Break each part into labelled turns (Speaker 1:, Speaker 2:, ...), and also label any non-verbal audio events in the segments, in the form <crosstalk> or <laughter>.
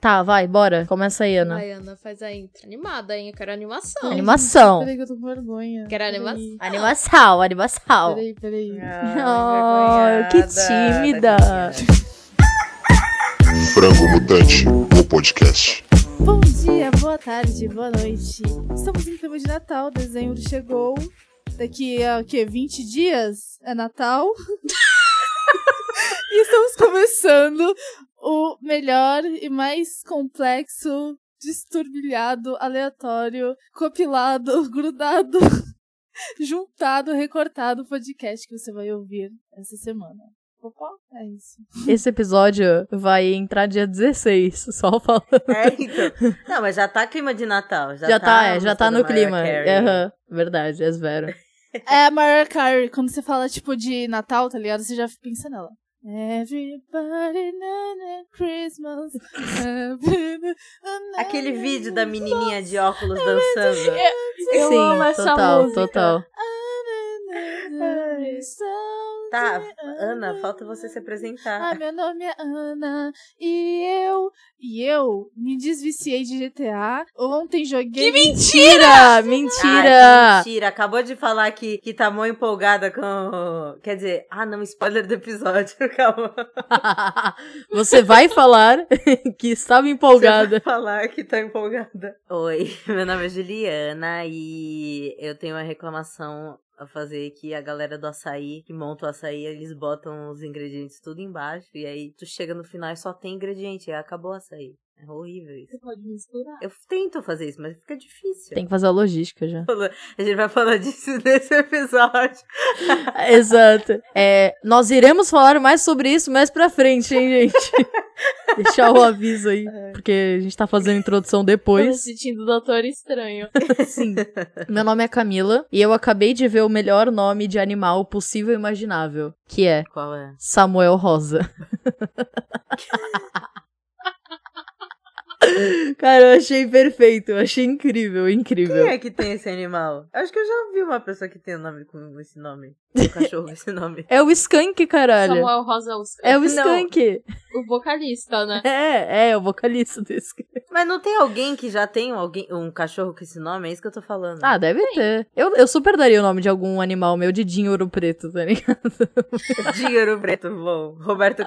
Speaker 1: Tá, vai, bora. Começa aí, Ana.
Speaker 2: Vai, Ana, faz a intro. Animada, hein? Eu quero animação.
Speaker 1: Anima- Animação.
Speaker 3: Peraí que eu tô com vergonha.
Speaker 2: Quero
Speaker 3: Peraí.
Speaker 2: animação.
Speaker 1: Animação, animação. <laughs>
Speaker 3: Peraí, peraí.
Speaker 1: Oh, que tímida.
Speaker 4: Frango Mutante, o podcast.
Speaker 3: Bom dia, boa tarde, boa noite. Estamos em clima de Natal, dezembro chegou. Daqui a o quê? 20 dias é Natal. <laughs> e estamos começando o melhor e mais complexo, desturbilhado, aleatório, copilado, <laughs> grudado, juntado, recortado podcast que você vai ouvir essa semana. Popó? É isso.
Speaker 1: Esse episódio vai entrar dia 16, só falando.
Speaker 5: É, então. Não, mas já tá clima de Natal. Já,
Speaker 1: Já, tá,
Speaker 5: a
Speaker 1: é, já
Speaker 5: música
Speaker 1: tá
Speaker 5: da
Speaker 1: no
Speaker 5: Mariah
Speaker 1: clima.
Speaker 5: Carey.
Speaker 1: Aham, verdade, é vero.
Speaker 3: É a Mariah Carey, quando você fala, tipo, de Natal, tá ligado? Você já pensa nela. Everybody na na Christmas. everybody na na-
Speaker 5: Aquele vídeo da menininha de óculos dançando.
Speaker 1: Sim, total, total.
Speaker 5: Tá, Ana, falta você se apresentar.
Speaker 3: Ah, meu nome é Ana e eu e eu me desviciei de GTA. Ontem joguei.
Speaker 1: Mentira! Mentira!
Speaker 5: Ah, mentira, acabou de falar que, que tá mó empolgada com. Quer dizer, ah, não, spoiler do episódio, <laughs> calma.
Speaker 1: <laughs> Você vai falar <laughs> que estava
Speaker 5: Você vai
Speaker 1: empolgada.
Speaker 5: falar que tá empolgada. Oi, <laughs> meu nome é Juliana e eu tenho uma reclamação a fazer que a galera do açaí, que monta o açaí, eles botam os ingredientes tudo embaixo e aí tu chega no final e só tem ingrediente, e acabou o açaí. É horrível isso.
Speaker 3: pode misturar.
Speaker 5: Eu tento fazer isso, mas fica difícil.
Speaker 1: Tem que fazer a logística já.
Speaker 5: A gente vai falar disso <laughs> nesse episódio.
Speaker 1: Exato. É, nós iremos falar mais sobre isso mais pra frente, hein,
Speaker 5: <laughs>
Speaker 1: gente? Deixar o aviso aí,
Speaker 5: É.
Speaker 1: porque a gente tá fazendo a introdução
Speaker 2: Tô me
Speaker 1: depois.
Speaker 2: sentindo doutor estranho.
Speaker 1: Sim. Meu nome é Camila e eu acabei de ver o melhor nome de animal possível e imaginável, que é
Speaker 5: Qual é?
Speaker 1: Samuel
Speaker 5: <laughs>
Speaker 1: Rosa. Cara, eu achei perfeito, eu achei incrível, incrível.
Speaker 5: Quem é que tem esse animal? Eu acho que eu já vi uma pessoa que tem um nome com esse <laughs> nome. Um cachorro com esse nome.
Speaker 1: É o Skank, caralho.
Speaker 2: Samuel Rosa Oscar,
Speaker 1: É o
Speaker 5: Não.
Speaker 1: Skank.
Speaker 2: o vocalista, né?
Speaker 1: É, é, o vocalista do Skank.
Speaker 5: Mas não tem alguém que já tem um, alguém, um cachorro com esse nome? É isso que eu tô falando.
Speaker 1: Ah, deve ter. Eu, eu super daria o nome de algum animal meu de Dinho Ouro Preto, tá ligado? <laughs>
Speaker 5: <laughs> Dinheiro preto bom. Roberto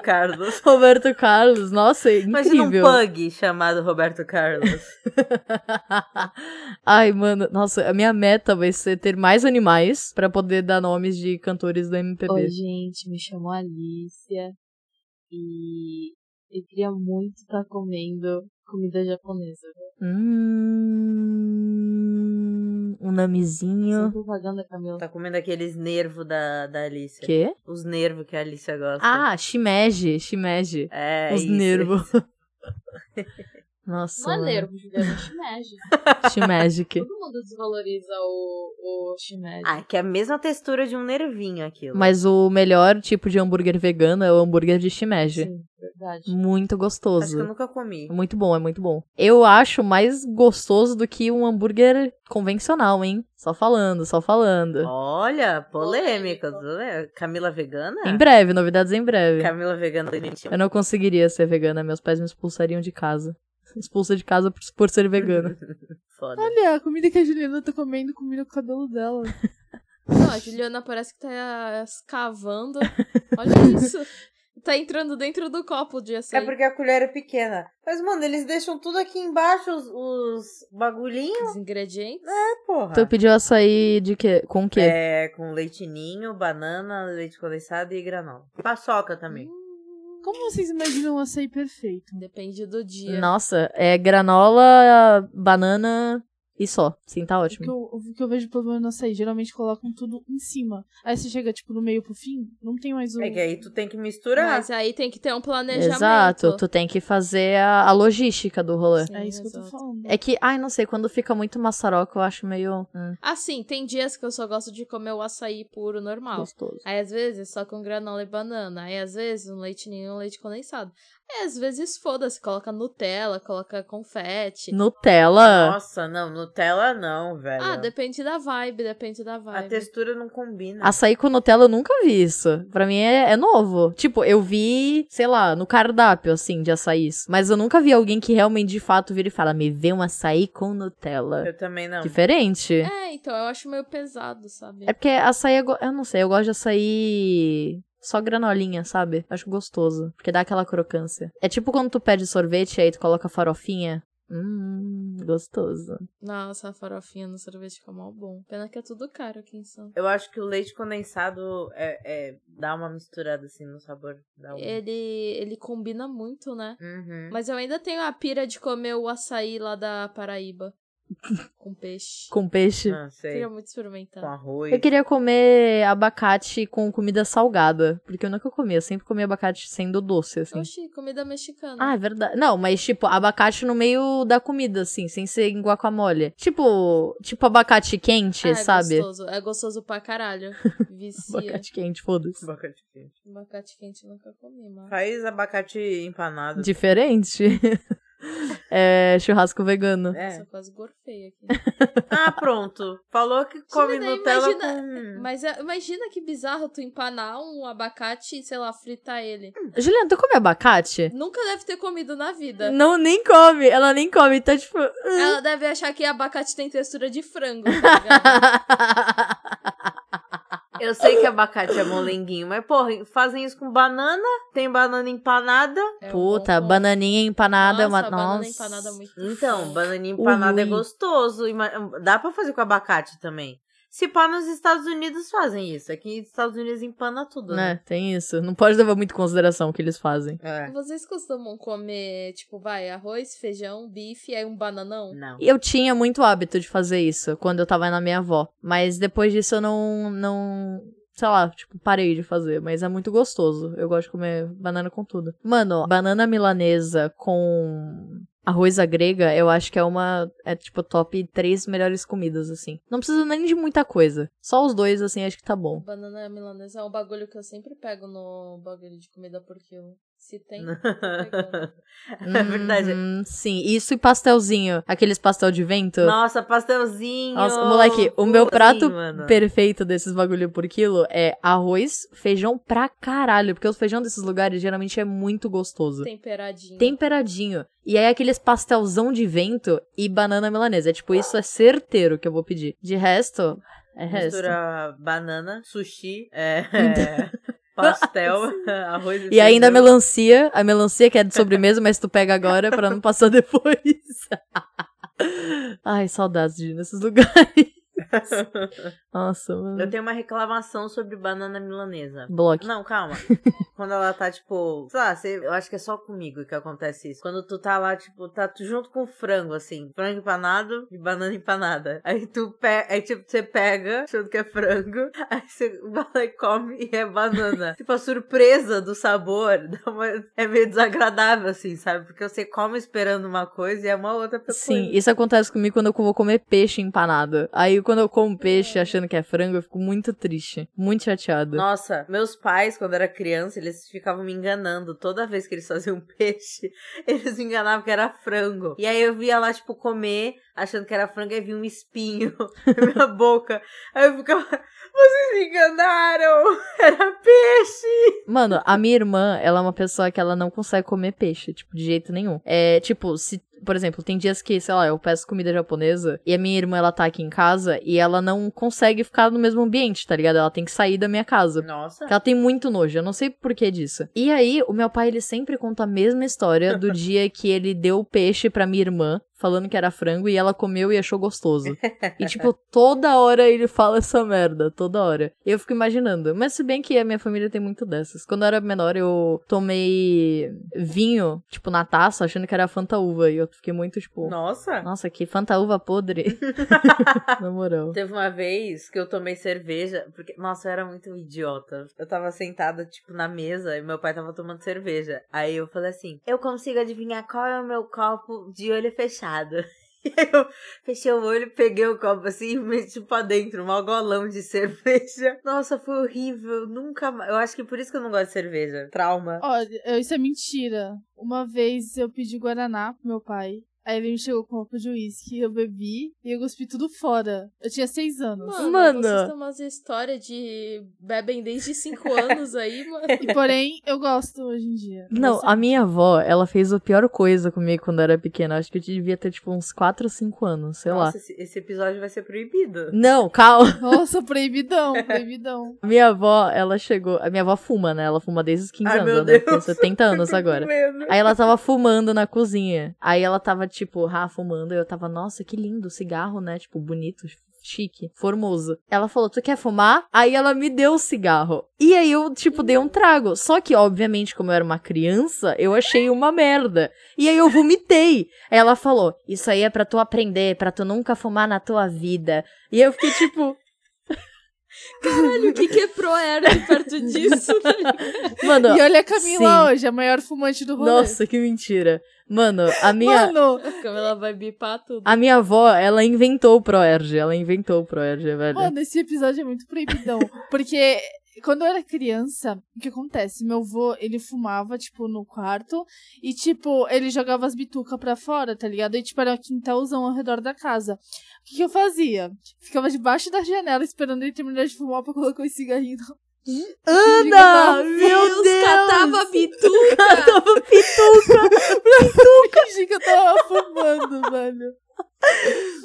Speaker 1: <laughs>
Speaker 5: Carlos.
Speaker 1: Roberto Carlos, nossa, é
Speaker 5: Imagina um
Speaker 1: incrível.
Speaker 5: pug chamado Roberto Carlos.
Speaker 1: <laughs> Ai, mano, nossa, a minha meta vai ser ter mais animais pra poder dar nomes de cantores do MPB.
Speaker 2: Oi, gente, me chamo Alicia e eu queria muito estar comendo comida japonesa.
Speaker 1: Hum, um
Speaker 2: Sem
Speaker 1: nomezinho.
Speaker 2: propaganda, Camila.
Speaker 5: Ah. tá comendo aqueles nervos da, da Alicia.
Speaker 1: Quê?
Speaker 5: Os nervos que a Alicia gosta.
Speaker 1: Ah, shimeji, shimeji.
Speaker 5: é,
Speaker 1: Os
Speaker 5: isso. <laughs>
Speaker 1: nervos. Nossa. mano.
Speaker 2: Maneiro, Juliana
Speaker 5: <laughs>
Speaker 2: Shimeji.
Speaker 1: Shimeji. que-
Speaker 2: Todo mundo desvaloriza o, o Shimeji.
Speaker 5: Ah, que é a mesma textura de um nervinho aquilo.
Speaker 1: Mas o melhor tipo de hambúrguer vegano é o hambúrguer de shimeji.
Speaker 2: Sim, verdade.
Speaker 5: Hum.
Speaker 1: Muito
Speaker 5: Acho que eu
Speaker 1: gostoso.
Speaker 5: nunca comi.
Speaker 1: É Muito bom, é muito bom. Eu acho mais gostoso do que um hambúrguer convencional, hein? Só falando, só falando.
Speaker 5: Olha, polêmica.
Speaker 2: Polêmico.
Speaker 5: né? Camila vegana?
Speaker 2: É.
Speaker 1: Em breve, novidades em breve.
Speaker 5: Camila vegana 2021.
Speaker 1: Eu não conseguiria ser vegana, meus pais me expulsariam de casa. <laughs> Expulsa de casa por, por ser
Speaker 2: <laughs>
Speaker 1: vegana.
Speaker 5: Foda.
Speaker 3: Olha, a comida que a Juliana tá comendo combina com o cabelo dela.
Speaker 2: Não, a Juliana parece que tá
Speaker 5: <laughs>
Speaker 2: escavando. Olha isso. Tá entrando dentro do copo de assim.
Speaker 5: É porque a colher é pequena. Mas, mano, eles deixam tudo aqui embaixo, os, os bagulhinhos,
Speaker 2: Os ingredientes.
Speaker 5: porra.
Speaker 2: Então,
Speaker 1: tu Então, pediu açaí de quê? Com o quê?
Speaker 5: É, com leitinho, banana, leite condensado e granola. Paçoca também.
Speaker 2: Hum,
Speaker 3: Como vocês imaginam um açaí perfeito?
Speaker 2: Depende do dia.
Speaker 1: Nossa, é granola, banana e só. Sim, tá
Speaker 3: O que,
Speaker 1: ótimo.
Speaker 3: eu, o que eu vejo problema no açaí, geralmente colocam tudo em cima. Aí você chega, tipo, no meio pro fim, não tem mais o...
Speaker 5: É que aí tu tem que misturar.
Speaker 2: Mas aí tem que ter um planejamento.
Speaker 1: Exato, tu tem que fazer a, a logística do rolê.
Speaker 2: Sim,
Speaker 3: É isso que eu tô
Speaker 2: exato.
Speaker 3: falando.
Speaker 1: É que, ai, não sei, quando fica muito maçaroca, eu acho meio hum,
Speaker 2: Assim, tem dias que eu só gosto de comer o açaí puro normal.
Speaker 1: gostoso.
Speaker 2: Aí às vezes só com granola e banana. Aí às vezes um leite ninho e um leite condensado. Aí às vezes foda-se, coloca Nutella, coloca confete.
Speaker 1: Nutella.
Speaker 5: Nossa, não, Nutella não, velho.
Speaker 2: Ah, né? depende da vibe, depende da vibe.
Speaker 5: A textura não combina.
Speaker 1: Açaí com Nutella eu nunca vi isso. Pra mim é, é novo. Tipo, eu vi, sei lá, no cardápio, assim, de açaís. Mas eu nunca vi alguém que realmente, de fato, vira e fala, me vê um açaí com Nutella.
Speaker 5: Eu também não.
Speaker 1: Diferente. É.
Speaker 2: É, então, eu acho meio pesado, sabe?
Speaker 1: porque açaí, é go- eu não sei, eu gosto de açaí... Só granolinha, sabe? Acho gostoso. Porque dá aquela crocância. É tipo quando tu pede sorvete e aí tu coloca farofinha. Hum, gostoso.
Speaker 2: Nossa, a farofinha no sorvete fica mal bom. Pena que é tudo caro aqui em São
Speaker 5: Eu acho que o leite condensado é, é- dá uma misturada assim no sabor. Dá um...
Speaker 2: Ele, ele combina muito, né?
Speaker 5: Uhum.
Speaker 2: É. Mas eu ainda tenho a pira de comer o açaí lá da
Speaker 1: <laughs>
Speaker 2: Paraíba. com peixe.
Speaker 1: Com peixe.
Speaker 5: Não sei.
Speaker 2: Queria muito
Speaker 5: Com
Speaker 2: experimentar.
Speaker 5: arroz.
Speaker 1: Eu queria comer abacate com comida salgada. Porque eu nunca comia. Eu sempre comia abacate sendo doce, assim.
Speaker 2: Oxi, comida mexicana.
Speaker 1: Ah, é verdade. Não, mas tipo, abacate no meio da comida, assim, sem ser em guacamole. Tipo, tipo abacate quente,
Speaker 2: Ah, é
Speaker 1: sabe?
Speaker 2: gostoso. É gostoso pra
Speaker 1: <laughs>
Speaker 2: caralho. Vicia.
Speaker 1: Abacate quente, foda-se.
Speaker 5: Abacate quente.
Speaker 2: Abacate quente eu nunca comi, mas...
Speaker 5: Faz abacate empanado.
Speaker 1: Diferente. <laughs> é churrasco vegano.
Speaker 5: É.
Speaker 2: Nossa, eu quase gorfei
Speaker 1: <laughs>
Speaker 2: aqui.
Speaker 5: Ah, pronto. Falou que come
Speaker 2: daí,
Speaker 5: Nutella
Speaker 2: imagina-
Speaker 5: com.
Speaker 2: Mas é- imagina que bizarro tu empanar um abacate e, sei lá, fritar ele.
Speaker 1: Juliana, tu come abacate?
Speaker 2: Nunca deve ter comido na vida.
Speaker 1: <laughs> Não, nem come. Ela nem come. Tá tipo.
Speaker 2: Ela deve achar que abacate tem textura de frango,
Speaker 1: <laughs>
Speaker 2: tá ligado?
Speaker 5: Eu sei que abacate é molenguinho, mas porra, fazem isso com banana? Tem banana empanada?
Speaker 2: É um
Speaker 1: Puta,
Speaker 2: bom ponto.
Speaker 1: bananinha empanada. é
Speaker 2: Nossa,
Speaker 1: uma...
Speaker 2: banana
Speaker 1: Nossa.
Speaker 2: empanada é muito
Speaker 5: Então,
Speaker 2: bom.
Speaker 5: bananinha empanada é
Speaker 1: Ui.
Speaker 5: gostoso. Ima- Dá pra fazer com abacate também. Se pá, nos Estados Unidos fazem isso. Aqui nos Estados Unidos empana tudo,
Speaker 1: Né,
Speaker 5: né?
Speaker 1: tem isso. Não pode levar muito em consideração o que eles fazem.
Speaker 5: É.
Speaker 2: Vocês costumam comer, tipo, vai, arroz, feijão, bife e aí um bananão?
Speaker 5: É, Não. <laughs>
Speaker 1: Eu tinha muito hábito de fazer isso quando eu tava na minha avó. Mas depois disso eu não. não sei lá, tipo, parei de fazer. Mas é muito gostoso. Eu gosto de comer banana com tudo. Mano, banana milanesa com. Arroz à grega, eu acho que é uma. É tipo top três melhores comidas, assim. Não precisa nem de muita coisa. Só os dois, assim, acho que tá bom.
Speaker 2: Banana milanesa é um bagulho que eu sempre pego no bagulho de comida por quilo. Se tem, tô pegando.
Speaker 5: <laughs> é verdade.
Speaker 1: Hum, sim, isso e pastelzinho. Aqueles pastel de vento.
Speaker 5: Nossa, pastelzinho.
Speaker 1: Nossa, moleque, o meu
Speaker 5: Sim,
Speaker 1: prato
Speaker 5: mano.
Speaker 1: perfeito desses bagulho por quilo é arroz, feijão pra caralho. Porque o feijão desses lugares geralmente é muito gostoso.
Speaker 2: temperadinho.
Speaker 1: Temperadinho. E aí aqueles pastelzão de vento e banana milanesa. É tipo, isso é certeiro que eu vou pedir. De resto, é resto.
Speaker 5: Mistura banana, sushi, é, é, <laughs>
Speaker 1: <laughs>
Speaker 5: pastel, arroz
Speaker 1: Então. E ainda a
Speaker 5: feijão.
Speaker 1: melancia, a melancia que é de sobremesa, mas tu pega agora pra não passar <laughs> depois. Ai, saudades de ir nesses lugares. Nossa,
Speaker 5: <laughs> Eu
Speaker 1: mano.
Speaker 5: tenho uma reclamação sobre banana milanesa.
Speaker 1: Bloco.
Speaker 5: Não, calma. Quando ela tá, tipo, sei lá, você- eu acho que é só comigo que acontece isso. Quando tu tá lá, tipo, tá tu junto com frango, assim, frango empanado e banana empanada. Aí tu pega, aí tipo, você pega, achando que é frango, <laughs> aí você vai lá e come e é banana. tipo, a surpresa do sabor dá uma- é meio desagradável, assim, sabe? Porque você come esperando uma coisa e é uma outra coisa.
Speaker 1: Sim, isso acontece comigo quando eu vou comer peixe empanado. Aí quando eu como peixe achando que é frango, eu fico muito triste, muito chateada.
Speaker 5: Nossa, meus pais, quando era criança, eles ficavam me enganando. Toda vez que eles faziam um peixe, <laughs> eles me enganavam que era frango. E aí eu via lá, tipo, comer, achando que era frango, e vinha um espinho <laughs> na minha boca. Aí eu ficava, vocês me enganaram! <laughs> Era peixe!
Speaker 1: Mano, a minha irmã, ela é uma pessoa que ela não consegue comer peixe, tipo, de jeito nenhum. É, tipo, se, por exemplo, tem dias que, sei lá, eu peço comida japonesa e a minha irmã, ela tá aqui em casa e ela não consegue ficar no mesmo ambiente, tá ligado? Ela tem que sair da minha casa.
Speaker 5: Nossa.
Speaker 1: Porque ela tem muito nojo, eu não sei por que disso. E aí, o meu pai, ele sempre conta a mesma história do dia que ele deu peixe pra minha irmã, falando que era frango, e ela comeu e achou gostoso. E, tipo, toda hora ele fala essa merda, toda hora. E eu fico imaginando. Mas se bem que a minha família tem muito dessas. Quando eu era menor, eu tomei vinho, tipo, na taça, achando que era Fanta Uva, e eu fiquei muito, tipo...
Speaker 5: Nossa.
Speaker 1: Nossa, que Fanta Uva podre. <laughs> na moral.
Speaker 5: Teve uma vez que eu tomei cerveja, porque, nossa, eu era muito idiota. Eu tava sentada, tipo, na mesa e meu pai tava tomando cerveja. Aí eu falei assim: eu consigo adivinhar qual é o meu copo de olho fechado. <laughs> E aí eu fechei o olho, peguei o copo assim e meti pra dentro, um golão de <laughs> cerveja. Nossa, foi horrível. Nunca mais. Eu acho que por isso que eu não gosto de cerveja. Trauma.
Speaker 3: Olha, eu- isso é mentira. Uma vez eu pedi Guaraná pro meu pai. Aí ele me chegou com um copo de uísque, eu bebi e eu cuspi tudo fora. Eu tinha seis anos.
Speaker 6: Mano,
Speaker 1: Mano.
Speaker 6: vocês têm umas histórias de bebem desde 5 anos aí, mano.
Speaker 3: E porém, eu gosto hoje em dia.
Speaker 1: Não,
Speaker 3: Você-
Speaker 1: a minha avó, ela fez a pior coisa comigo quando eu era pequena. Acho que eu devia ter, tipo, uns 4 ou 5 anos, sei lá.
Speaker 5: Nossa, esse, esse episódio vai ser proibido.
Speaker 1: Não, calma. <laughs>
Speaker 3: Nossa, proibidão, proibidão.
Speaker 1: Minha avó, ela chegou. A minha avó fuma, né? Ela fuma desde os 15
Speaker 5: Ai,
Speaker 1: anos.
Speaker 5: meu
Speaker 1: ela deve ter
Speaker 5: Deus.
Speaker 1: 70
Speaker 5: <laughs>
Speaker 1: anos agora.
Speaker 5: Medo.
Speaker 1: Aí ela tava fumando na cozinha. Aí ela tava, tipo, ah, fumando. Eu tava, nossa, que lindo, cigarro, né? Tipo, bonito, chique, formoso. Ela falou, tu quer fumar? Aí ela me deu o cigarro. E aí eu, tipo, dei um trago. Só que, obviamente, como eu era uma criança, eu achei uma merda. E aí eu vomitei. Aí ela falou, isso aí é pra tu aprender, pra tu nunca fumar na tua vida. E eu fiquei, tipo,
Speaker 6: Caralho, o que que é proerno perto disso?
Speaker 1: mano,
Speaker 3: E olha a Camila
Speaker 1: sim.
Speaker 3: hoje, a maior fumante do rolê.
Speaker 1: nossa, que mentira. Mano, a minha...
Speaker 3: Mano,
Speaker 6: A Camila vai bipar tudo.
Speaker 1: A minha avó, ela inventou o Proerge. Ela inventou o Proerge, velho.
Speaker 3: Mano, esse episódio é muito proibidão. Porque quando eu era criança, o que acontece? Meu avô, ele fumava, tipo, no quarto. E, tipo, ele jogava as bitucas pra fora, tá ligado? E, tipo, era um quintalzão ao redor da casa. O que, que eu fazia? Ficava debaixo da janela esperando ele terminar de fumar pra colocar o cigarrinho. na-
Speaker 1: Ana!
Speaker 3: Giga-
Speaker 1: Meu Deus!
Speaker 6: catava a
Speaker 1: <laughs>
Speaker 6: bituca.
Speaker 1: Catava pituca!
Speaker 3: Fingi que eu tava fumando, velho.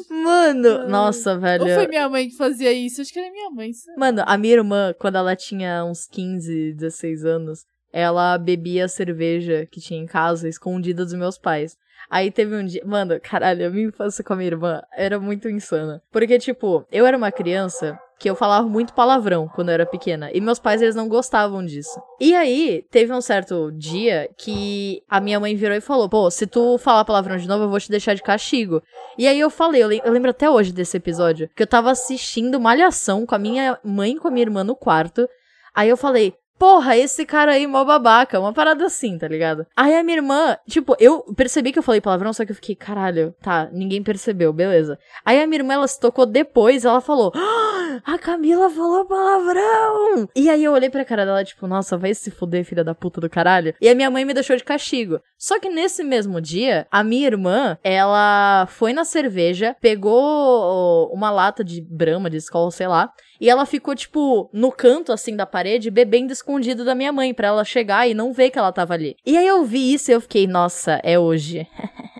Speaker 1: Mano! Nossa, velho.
Speaker 3: Ou foi minha mãe que fazia isso? Acho que era minha mãe. sabe?
Speaker 1: Mano, a minha irmã, quando ela tinha uns 15, 16 anos, ela bebia a cerveja que tinha em casa, escondida dos meus pais. Aí teve um dia. Mano, caralho, a minha infância com a minha irmã era muito insana. Porque, tipo, eu era uma criança que eu falava muito palavrão quando eu era pequena. E meus pais, eles não gostavam disso. E aí, teve um certo dia que a minha mãe virou e falou: pô, se tu falar palavrão de novo, eu vou te deixar de castigo. E aí eu falei, eu, lem- eu lembro até hoje desse episódio, que eu tava assistindo Malhação com a minha mãe e com a minha irmã no quarto. Aí eu falei, porra, esse cara aí é mó babaca, uma parada assim, tá ligado? Aí a minha irmã, tipo, eu percebi que eu falei palavrão, só que eu fiquei, caralho, tá, ninguém percebeu, beleza. Aí a minha irmã, ela se tocou depois, ela falou, "Ah, a Camila falou palavrão! E aí eu olhei pra cara dela, tipo, nossa, vai se fuder, filha da puta do caralho. E a minha mãe me deixou de castigo. Só que nesse mesmo dia, a minha irmã, ela foi na cerveja, pegou uma lata de brama, de escola, sei lá, e ela ficou, tipo, no canto, assim, da parede, bebendo escondido da minha mãe, pra ela chegar e não ver que ela tava ali. E aí eu vi isso e eu fiquei, nossa, é hoje. <laughs>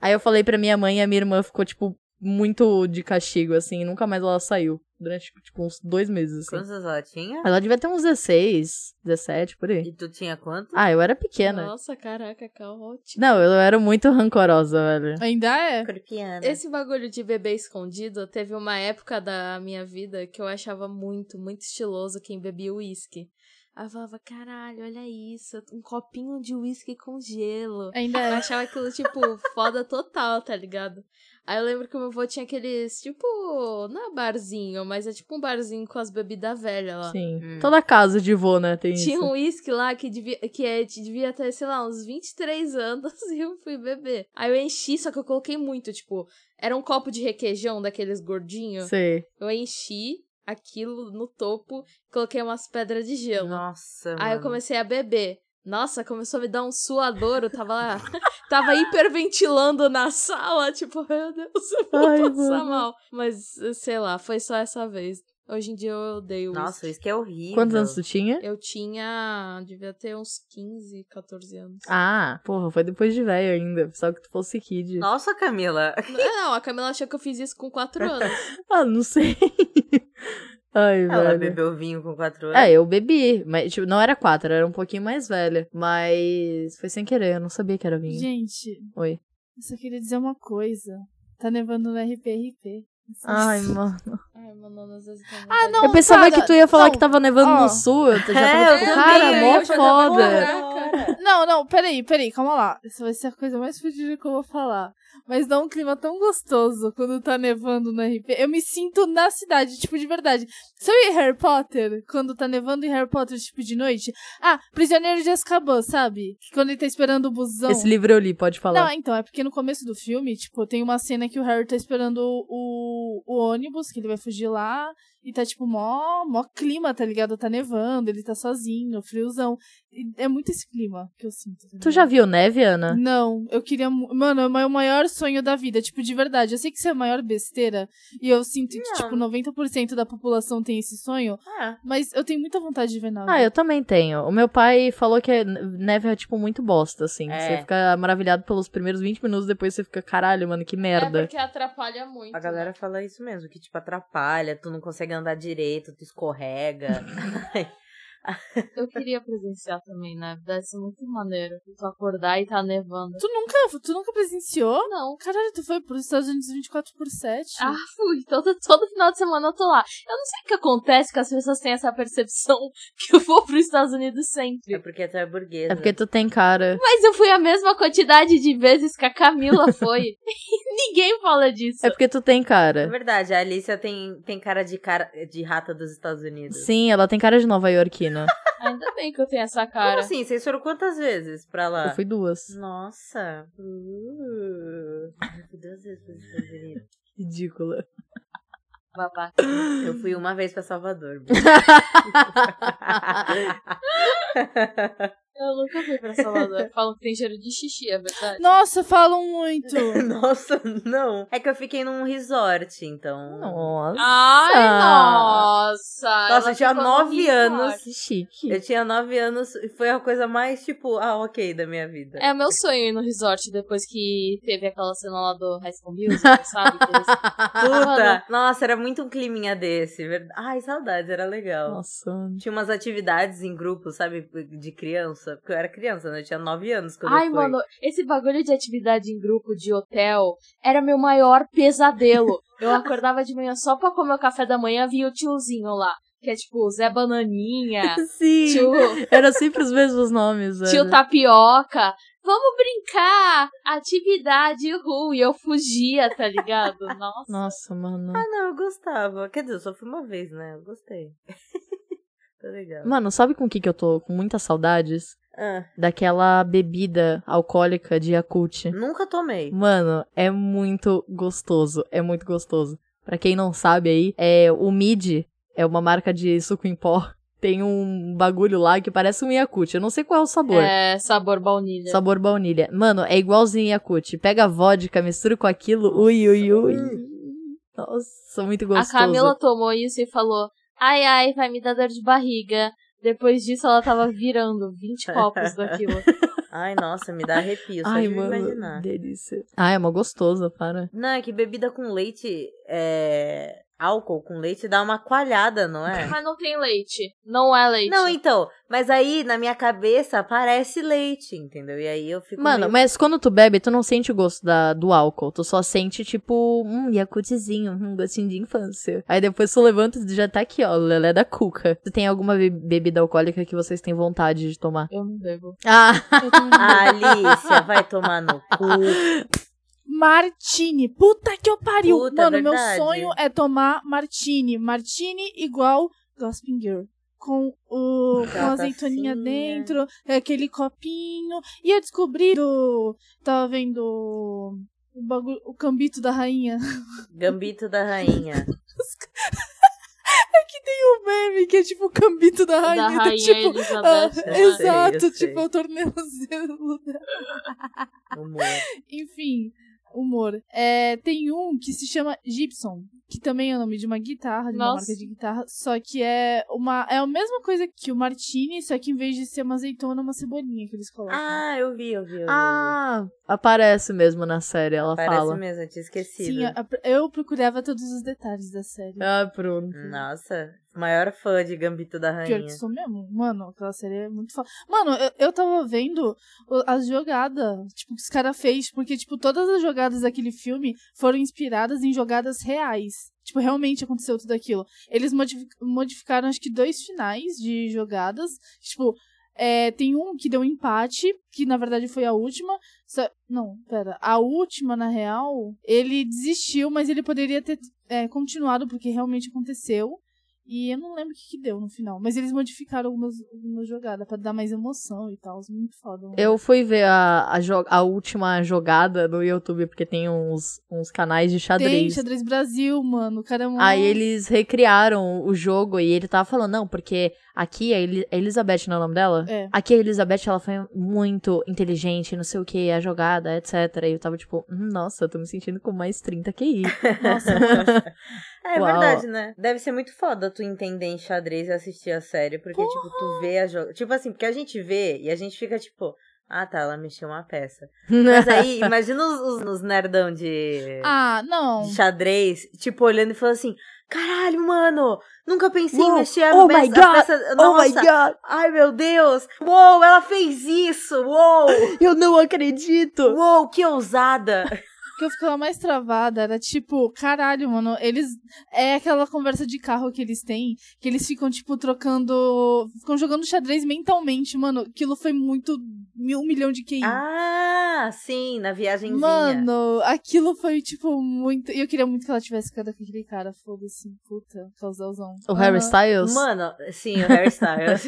Speaker 1: aí eu falei pra minha mãe e a minha irmã ficou, tipo, muito de castigo, assim, e nunca mais ela saiu. Durante, tipo, uns dois meses, assim.
Speaker 5: Quantos anos ela tinha?
Speaker 1: Ela devia ter uns 16, 17, por aí.
Speaker 5: E tu tinha quanto?
Speaker 1: Ah, eu era pequena.
Speaker 6: Nossa, caraca, calma.
Speaker 1: Não, eu era muito rancorosa, velho.
Speaker 3: Ainda é?
Speaker 5: Escorpiana.
Speaker 6: Esse bagulho de bebê escondido teve uma época da minha vida que eu achava muito, muito estiloso quem bebia uísque. Aí eu falava, caralho, olha isso, um copinho de uísque com gelo.
Speaker 3: Ainda
Speaker 6: Eu
Speaker 3: é.
Speaker 6: achava aquilo, tipo, foda total, tá ligado? Aí eu lembro que o meu avô tinha aqueles, tipo, não é barzinho, mas é tipo um barzinho com as bebidas velhas lá.
Speaker 1: Sim.
Speaker 5: Hum.
Speaker 1: Toda casa de vô, né, tem
Speaker 6: Tinha um
Speaker 1: isso.
Speaker 6: uísque lá que devia, que é, te devia ter, sei lá, uns 23 anos <laughs> e eu fui beber. Aí eu enchi, só que eu coloquei muito, tipo, era um copo de requeijão daqueles gordinhos.
Speaker 1: Sei.
Speaker 6: Eu enchi aquilo no topo, coloquei umas pedras de gelo.
Speaker 5: Nossa,
Speaker 1: Ah,
Speaker 6: Aí eu
Speaker 5: mano.
Speaker 6: comecei a beber. Nossa, começou a me dar um suador, eu tava, <laughs> tava hiperventilando na sala, tipo, <laughs> meu Deus, eu vou
Speaker 1: Ai,
Speaker 6: passar
Speaker 1: mano.
Speaker 6: mal. Mas, sei lá, foi só essa vez. Hoje em dia eu odeio
Speaker 5: Nossa,
Speaker 6: uísque.
Speaker 5: isso que é horrível.
Speaker 1: Quantos anos tu tinha?
Speaker 6: Eu tinha. Devia ter uns 15, 14 anos.
Speaker 1: Ah, porra, foi depois de velho ainda. Só que tu fosse kid.
Speaker 5: Nossa, Camila. <laughs>
Speaker 6: Não, é, não, a Camila achou que eu fiz isso com 4 anos.
Speaker 1: Ah, não sei. <laughs> Ai,
Speaker 5: Ela né?
Speaker 1: velho.
Speaker 5: bebeu vinho com quatro anos.
Speaker 1: É, eu bebi. Mas, tipo, não era quatro, era um pouquinho mais velha. Mas foi sem querer, eu não sabia que era vinho.
Speaker 3: Gente,
Speaker 1: Oi.
Speaker 3: eu só queria dizer uma coisa. Tá nevando no RPRP.
Speaker 1: Ai, mano.
Speaker 6: Ai, mano, às vezes
Speaker 3: Ah, não,
Speaker 6: É
Speaker 1: eu pensava
Speaker 3: cara,
Speaker 1: que tu ia falar
Speaker 3: não,
Speaker 1: que tava nevando
Speaker 3: ó.
Speaker 1: no sul. Eu já
Speaker 5: É,
Speaker 1: falei,
Speaker 5: eu
Speaker 1: tipo,
Speaker 5: também,
Speaker 1: cara,
Speaker 5: eu
Speaker 1: mó
Speaker 5: já
Speaker 1: foda.
Speaker 3: Não, não, peraí, peraí, calma lá. Isso vai ser a coisa mais fodida que eu vou falar. Mas dá um clima tão gostoso quando tá nevando no RP. Eu me sinto na cidade, tipo, de verdade. Sabe em Harry Potter? Quando tá nevando em Harry Potter, tipo, de noite? Ah, Prisioneiro de Azkaban, sabe? Que Quando ele tá esperando o busão.
Speaker 1: Esse livro eu li, pode
Speaker 3: Não,
Speaker 1: falar.
Speaker 3: então, é porque no começo do filme, tipo, tem uma cena que o Harry tá esperando o, o ônibus, que ele vai fugir lá, e tá, tipo, mó, mó clima, tá ligado? Tá nevando, ele tá sozinho, friozão. é muito esse clima que eu sinto. também.
Speaker 1: Tu já viu neve, Ana?
Speaker 3: Não, eu queria. mu- Mano, é o meu maior sonho da vida, tipo, de verdade. Eu sei que isso é a maior besteira e eu sinto que,
Speaker 5: Não.
Speaker 3: tipo, 90% da população tem esse sonho,
Speaker 1: é.
Speaker 5: Ah,
Speaker 3: mas eu tenho muita vontade de ver nada.
Speaker 1: Ah, eu também tenho. O meu pai falou que neve é, tipo, muito bosta, assim.
Speaker 5: É.
Speaker 1: Você fica maravilhado pelos primeiros 20 minutos, depois você fica, caralho, mano, que merda.
Speaker 6: É porque atrapalha muito.
Speaker 5: É, a galera fala isso mesmo, que tipo, atrapalha, tu não consegue andar direito, tu escorrega.
Speaker 6: Eu queria presenciar também, né? Deve ser muito maneiro. Tu acordar e tá nevando.
Speaker 3: Tu nunca, tu nunca presenciou?
Speaker 6: Não.
Speaker 3: Caralho, tu foi pros Estados Unidos 24 por 7?
Speaker 6: Ah, fui. Todo, todo final de semana eu tô lá. Eu não sei o que acontece que as pessoas têm essa percepção <laughs> que eu vou pros Estados Unidos
Speaker 5: é
Speaker 6: sempre.
Speaker 5: porque tu é burguesa.
Speaker 1: É porque tu tem cara.
Speaker 6: Mas eu fui a mesma quantidade de vezes que a Camila foi. <laughs> Ninguém fala disso.
Speaker 1: É porque tu tem
Speaker 5: É
Speaker 1: cara.
Speaker 5: verdade, a Alicia tem, tem cara de cara de rata dos Estados Unidos.
Speaker 1: Sim, ela tem cara de nova iorquina.
Speaker 3: É
Speaker 6: Ainda bem que eu tenho essa
Speaker 5: Como
Speaker 6: cara.
Speaker 5: assim? Vocês foram quantas vezes pra lá?
Speaker 1: Eu fui duas.
Speaker 5: Nossa. Uh, eu fui duas vezes pros Estados Unidos.
Speaker 1: Ridícula.
Speaker 6: Babaca.
Speaker 5: Eu fui uma vez pra Salvador.
Speaker 1: <laughs>
Speaker 6: Eu nunca fui pra Salvador. Falam que tem cheiro de xixi, é verdade?
Speaker 3: Nossa,
Speaker 6: <laughs>
Speaker 3: falam muito.
Speaker 5: <laughs> Nossa, não. É que eu fiquei num resort, então.
Speaker 1: Nossa.
Speaker 6: Ai, nossa!
Speaker 5: Nossa,
Speaker 6: ela
Speaker 5: eu tinha
Speaker 6: ficou no
Speaker 5: nove
Speaker 6: resort.
Speaker 5: anos.
Speaker 1: Que chique.
Speaker 5: Eu tinha nove anos e foi a coisa mais, tipo, ah, ok, da minha vida.
Speaker 6: É o meu sonho ir no resort depois que teve aquela cena lá do High School
Speaker 5: <laughs>
Speaker 6: Musical, sabe? Que eles-
Speaker 1: Ah, <laughs> né?
Speaker 5: Puta! Nossa, era muito um climinha desse. verdade. Ai, saudades, era legal.
Speaker 1: Nossa.
Speaker 5: Tinha umas atividades em grupo, sabe, de criança. Porque eu era criança, né? Eu tinha nove anos quando
Speaker 6: Ai,
Speaker 5: eu fui.
Speaker 6: mano, esse bagulho de atividade em grupo, de hotel, era meu maior pesadelo. Eu acordava de manhã só pra comer o café da manhã, vinha o tiozinho lá. Que é tipo o Zé
Speaker 5: <laughs>
Speaker 6: Bananinha,
Speaker 5: Ah,
Speaker 1: Sim.
Speaker 6: tio,
Speaker 1: Era sempre os mesmos nomes, velho.
Speaker 6: tio Tapioca. Vamos brincar! Atividade, uhul! E eu fugia, tá
Speaker 5: <laughs>
Speaker 6: ligado? Nossa.
Speaker 1: Nossa, mano.
Speaker 5: Ah, não, eu gostava. Quer dizer, eu só fui uma vez, né? Eu gostei. <laughs> tá legal.
Speaker 1: Mano, sabe com o que que eu tô com muitas saudades?
Speaker 5: Ah,
Speaker 1: Daquela bebida alcoólica de Yakult.
Speaker 5: nunca tomei.
Speaker 1: Mano, é muito gostoso. É muito gostoso. Pra quem não sabe aí, é o Mid é uma marca de suco em pó. Tem um bagulho lá que parece um Yakult. Eu não sei qual é o sabor.
Speaker 6: É, sabor baunilha.
Speaker 1: Sabor baunilha. Mano, é igualzinho Yakut. Pega a vodka, mistura com aquilo. Ui, ui, ui. Nossa, muito gostoso.
Speaker 6: A Camila tomou isso e falou: ai, ai, vai me dar dor de barriga. Depois disso, ela tava virando 20 copos daquilo.
Speaker 5: Ai, nossa, me dá arrepio, só
Speaker 1: Ai,
Speaker 5: de me
Speaker 1: mano,
Speaker 5: imaginar.
Speaker 1: delícia. Ai, é uma gostosa, para.
Speaker 5: Não, é que bebida com leite, é... álcool com leite dá uma coalhada, não <laughs> é?
Speaker 6: Mas não tem leite. Não é leite.
Speaker 5: Não, então, mas aí na minha cabeça parece leite, entendeu? E aí eu fico
Speaker 1: Mano,
Speaker 5: meio-
Speaker 1: mas quando tu bebe, tu não sente o gosto da, do álcool. Tu só sente, tipo, um Yakutzinho, um gostinho de infância. Aí depois tu levanta e já tá aqui, ó, lelé da cuca. Tu tem alguma be- bebida alcoólica que vocês têm vontade de tomar?
Speaker 6: Eu não bebo.
Speaker 1: Ah,
Speaker 3: Eu tenho medo.
Speaker 5: Ah, Alicia, vai tomar no cu.
Speaker 3: Martini. Puta que eu pariu.
Speaker 5: Puta, é
Speaker 3: Mano, meu
Speaker 5: verdade.
Speaker 3: sonho é tomar Martini. Martini igual Gossip Girl. Com o com a azeitoninha
Speaker 5: Tacinha.
Speaker 3: dentro, é aquele copinho. E eu descobri do. Tava vendo o, o bagulho, o cambito da rainha. <laughs>
Speaker 5: Gambito da rainha.
Speaker 3: o meme que é tipo o cambito da rainha.
Speaker 6: da
Speaker 3: do
Speaker 6: rainha
Speaker 3: tipo, ah,
Speaker 6: Elizabeth.
Speaker 5: eu sei, eu
Speaker 3: exato,
Speaker 5: sei.
Speaker 3: tipo, é o tornozelo da
Speaker 5: Humor.
Speaker 3: Enfim, humor. É, tem um que se chama Gibson, que também é o nome de uma guitarra, de uma
Speaker 6: Nossa.
Speaker 3: marca de guitarra, só que é uma é a mesma coisa que o Martini, só que em vez de ser uma azeitona, é uma cebolinha que eles colocam.
Speaker 5: <laughs> Ah, eu vi, eu vi. Eu vi.
Speaker 1: ah, aparece mesmo na série, ela
Speaker 5: Parece
Speaker 1: fala.
Speaker 5: mesmo, eu tinha esquecido.
Speaker 3: Sim, a- eu procurava todos os detalhes da série.
Speaker 1: Ah, pronto.
Speaker 5: Nossa, maior fã de Gambito da
Speaker 3: Pior que
Speaker 5: Rainha.
Speaker 3: sou mesmo. Mano, aquela série é muito foda. Mano, eu, eu tava vendo o- as jogadas, tipo, que os caras fez, porque, tipo, todas as jogadas daquele filme foram inspiradas em jogadas reais. Tipo, realmente aconteceu tudo aquilo. Eles modifi- modificaram, acho que, dois finais de jogadas. Tipo, é, tem um que deu empate, que na verdade foi a última. Só- Não, pera. A última, na real, ele desistiu, mas ele poderia ter é, continuado, porque realmente aconteceu. E eu não lembro o que, que deu no final. Mas eles modificaram algumas, algumas jogadas pra dar mais emoção e tal. Muito foda. né? mano.
Speaker 1: Eu fui ver a, a, jo- a última jogada no YouTube, porque tem uns, uns canais de xadrez.
Speaker 3: Tem xadrez Brasil, mano. O cara é um...
Speaker 1: Aí eles recriaram o jogo e ele tava falando, não, porque aqui a Eli- a Elizabeth, não é o nome dela?
Speaker 3: É.
Speaker 1: Aqui a Elizabeth, ela foi muito inteligente, não sei o que, a jogada, etc. E eu tava tipo, "Hum, nossa, eu tô me sentindo com mais 30 QI.
Speaker 3: <laughs> Nossa,
Speaker 1: <laughs>
Speaker 5: É
Speaker 1: Uau.
Speaker 5: verdade, né? Deve ser muito foda tu entender em xadrez e assistir a série, porque, tipo, tu vê a jogo. Tipo assim, porque a gente vê e a gente fica tipo, ah tá, ela mexeu uma
Speaker 1: <laughs>
Speaker 5: peça. Mas aí, imagina os, os, os nerdão de,
Speaker 3: ah, não.
Speaker 5: de xadrez, tipo, olhando e falando assim: caralho, mano, nunca pensei em
Speaker 1: Uou,
Speaker 5: mexer a,
Speaker 1: oh my
Speaker 5: peça, a
Speaker 1: God,
Speaker 5: peça.
Speaker 1: oh my
Speaker 5: Nossa,
Speaker 1: god,
Speaker 5: ai meu Deus, uou, ela fez isso, uou,
Speaker 1: <laughs> eu não acredito!
Speaker 5: uou, que ousada.
Speaker 3: O que eu ficava mais travada era tipo, caralho, mano, eles. É aquela conversa de carro que eles têm, que eles ficam, tipo, trocando. Ficam jogando xadrez mentalmente, mano. Aquilo foi muito. Mil, um milhão de QI.
Speaker 5: ah, sim, na viagemzinha.
Speaker 3: Mano, aquilo foi, tipo, muito. E eu queria muito que ela tivesse ficado com aquele cara, foda-se, puta, causalzão.
Speaker 1: O Harry
Speaker 3: Aham.
Speaker 1: Styles,
Speaker 5: Mano, sim, o hairstyles.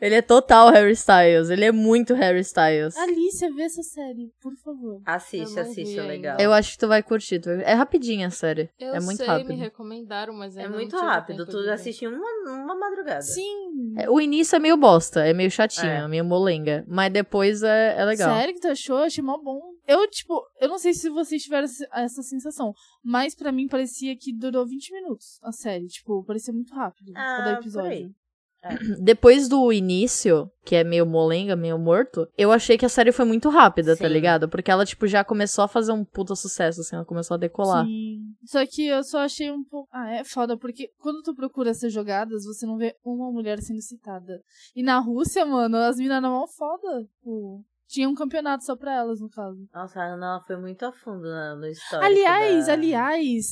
Speaker 1: ele é total Harry Styles, ele é muito Harry Styles.
Speaker 3: Alicia, vê essa série, por favor.
Speaker 5: Assiste,
Speaker 6: Eu não vi
Speaker 5: assiste, é
Speaker 6: ainda.
Speaker 5: legal.
Speaker 1: Eu acho que tu vai curtir, tu vai- é rapidinha a série,
Speaker 6: Eu
Speaker 1: é muito
Speaker 6: sei,
Speaker 1: rápido.
Speaker 6: me recomendaram, mas
Speaker 5: É
Speaker 6: ainda não
Speaker 5: muito
Speaker 6: tive
Speaker 5: rápido,
Speaker 6: tempo
Speaker 5: tu
Speaker 6: de ver.
Speaker 5: assiste em uma, uma madrugada.
Speaker 3: Sim.
Speaker 1: É, O início é meio bosta, é meio chatinho,
Speaker 5: É.
Speaker 1: meio molenga. Mas depois é, é legal.
Speaker 3: Sério que tu achou? Eu achei mó bom. Eu, tipo, eu não sei se vocês tiveram essa- essa sensação, mas pra mim parecia que durou 20 minutos a série. Tipo, parecia muito rápido
Speaker 5: Ah,
Speaker 3: cada
Speaker 5: por aí.
Speaker 3: episódio.
Speaker 1: Depois do início, que é meio molenga, meio morto, eu achei que a série foi muito rápida, tá
Speaker 5: Sim.
Speaker 1: ligado? Porque ela, tipo, já começou a fazer um puta sucesso, assim, ela começou a decolar.
Speaker 3: Sim. Só que eu só achei um pouco. Ah, é foda, porque quando tu procura essas jogadas, você não vê uma mulher sendo citada. E na Rússia, mano, as minas eram mó foda. Tipo, tinha um campeonato só pra elas, no caso.
Speaker 5: Nossa, a Ana ela foi muito a fundo na- no histórico.
Speaker 3: Aliás,
Speaker 5: da-
Speaker 3: aliás,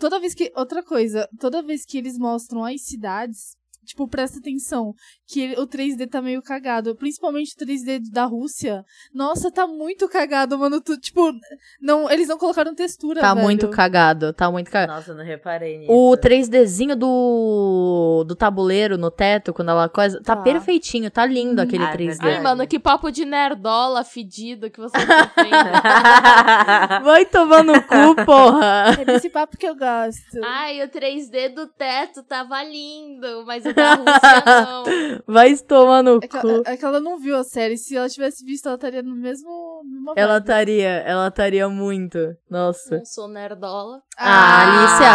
Speaker 3: toda vez que. Outra coisa, toda vez que eles mostram as cidades, tipo, presta atenção, que ele- o 3D tá meio cagado. Principalmente o 3D da Rússia. Nossa, tá muito cagado, mano. Tu, tipo, não, eles não colocaram textura.
Speaker 1: Tá
Speaker 3: velho.
Speaker 1: muito cagado, tá muito cagado.
Speaker 5: Nossa, eu não reparei nisso. <laughs>
Speaker 1: O 3Dzinho do, do tabuleiro no teto, quando ela coisa. Tá,
Speaker 3: Tá.
Speaker 1: perfeitinho,
Speaker 3: perfeitinho,
Speaker 1: tá lindo aquele
Speaker 5: aquele Ah, é
Speaker 1: 3D.
Speaker 5: 3D.
Speaker 6: Ai,
Speaker 5: verdade.
Speaker 6: mano, que papo de nerdola fedido que você tá tendo.
Speaker 1: Vai tomar no cu, porra!
Speaker 3: É desse papo que eu
Speaker 1: <laughs>
Speaker 3: gosto.
Speaker 6: Ai, o 3D do teto tava lindo, mas o da Rússia não.
Speaker 1: Vai tomar no
Speaker 3: É que,
Speaker 1: cu.
Speaker 3: é que ela não viu a série. Se ela tivesse visto, ela estaria no mesmo. Numa
Speaker 1: Ela
Speaker 3: vibe.
Speaker 1: estaria, ela estaria muito. Nossa.
Speaker 6: Não sou nerdola.
Speaker 1: Ah,
Speaker 5: Ah,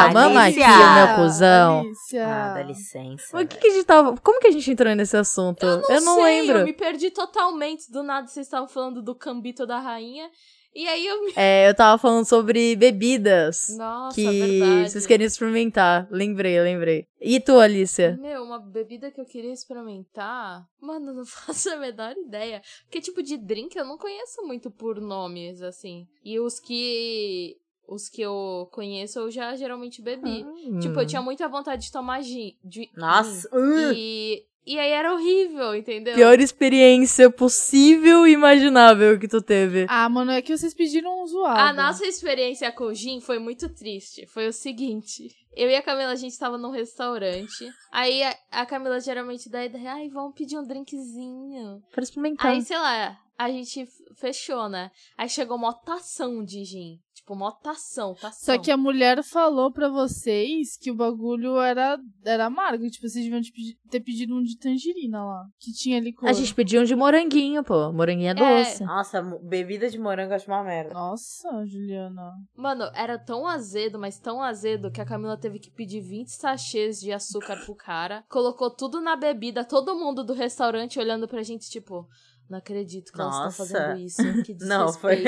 Speaker 1: Alicia, mama
Speaker 5: Alicia.
Speaker 1: aqui, meu cuzão.
Speaker 3: Alicia.
Speaker 5: Ah, dá licença.
Speaker 1: Mas o que, que a gente tava. Como que a gente entrou nesse assunto? Eu não,
Speaker 6: sei,
Speaker 1: lembro.
Speaker 6: Eu me perdi totalmente. Do nada vocês estavam falando do cambito da rainha. E aí eu me.
Speaker 1: É, eu tava falando sobre bebidas.
Speaker 6: Nossa, é
Speaker 1: que
Speaker 6: verdade.
Speaker 1: vocês querem experimentar. Lembrei, lembrei. E tu, Alicia?
Speaker 6: Meu, uma bebida que eu queria experimentar. Mano, não <laughs> faço a menor ideia. Porque tipo de drink eu não conheço muito por nomes, assim. E os que. Os que eu conheço eu já geralmente bebi.
Speaker 1: Ah.
Speaker 6: Tipo, eu tinha muita vontade de tomar gin. de-
Speaker 5: Nossa,
Speaker 6: gin.
Speaker 5: hum,
Speaker 6: E, e aí era horrível, entendeu?
Speaker 1: Uh. Hum. Pior experiência possível e imaginável que tu teve.
Speaker 3: Ah, mano, é que vocês pediram um zoado.
Speaker 6: A Ah, nossa experiência com o gin foi muito triste. Foi o seguinte: eu e a Camila, a gente tava num restaurante. Aí a, a Camila geralmente dá a ideia, ai, vamos pedir um drinkzinho.
Speaker 1: Pra
Speaker 5: Tá.
Speaker 1: experimentar.
Speaker 6: Ah, Aí, sei lá, a gente f- fechou, né? Aí chegou uma tação de gin. Tipo, uma tação, tação.
Speaker 3: Só
Speaker 5: é
Speaker 3: que a mulher falou pra vocês que o bagulho era, era amargo. Tipo, vocês deviam te pedi- ter pedido um de tangerina lá. Que tinha licor.
Speaker 1: A gente pediu um de moranguinho, pô. Moranguinho é
Speaker 6: <laughs>
Speaker 1: doce. <laughs>
Speaker 5: Nossa, mo- bebida de morango eu acho uma merda.
Speaker 3: Nossa, Juliana.
Speaker 6: Mano, era tão azedo, mas tão azedo, que a Camila teve que pedir 20 sachês de açúcar pro cara. Colocou tudo na bebida, todo mundo do restaurante olhando pra gente, tipo, não acredito que elas estão
Speaker 5: Nossa.
Speaker 6: fazendo isso. Que desrespeito.
Speaker 5: <laughs> Não, foi-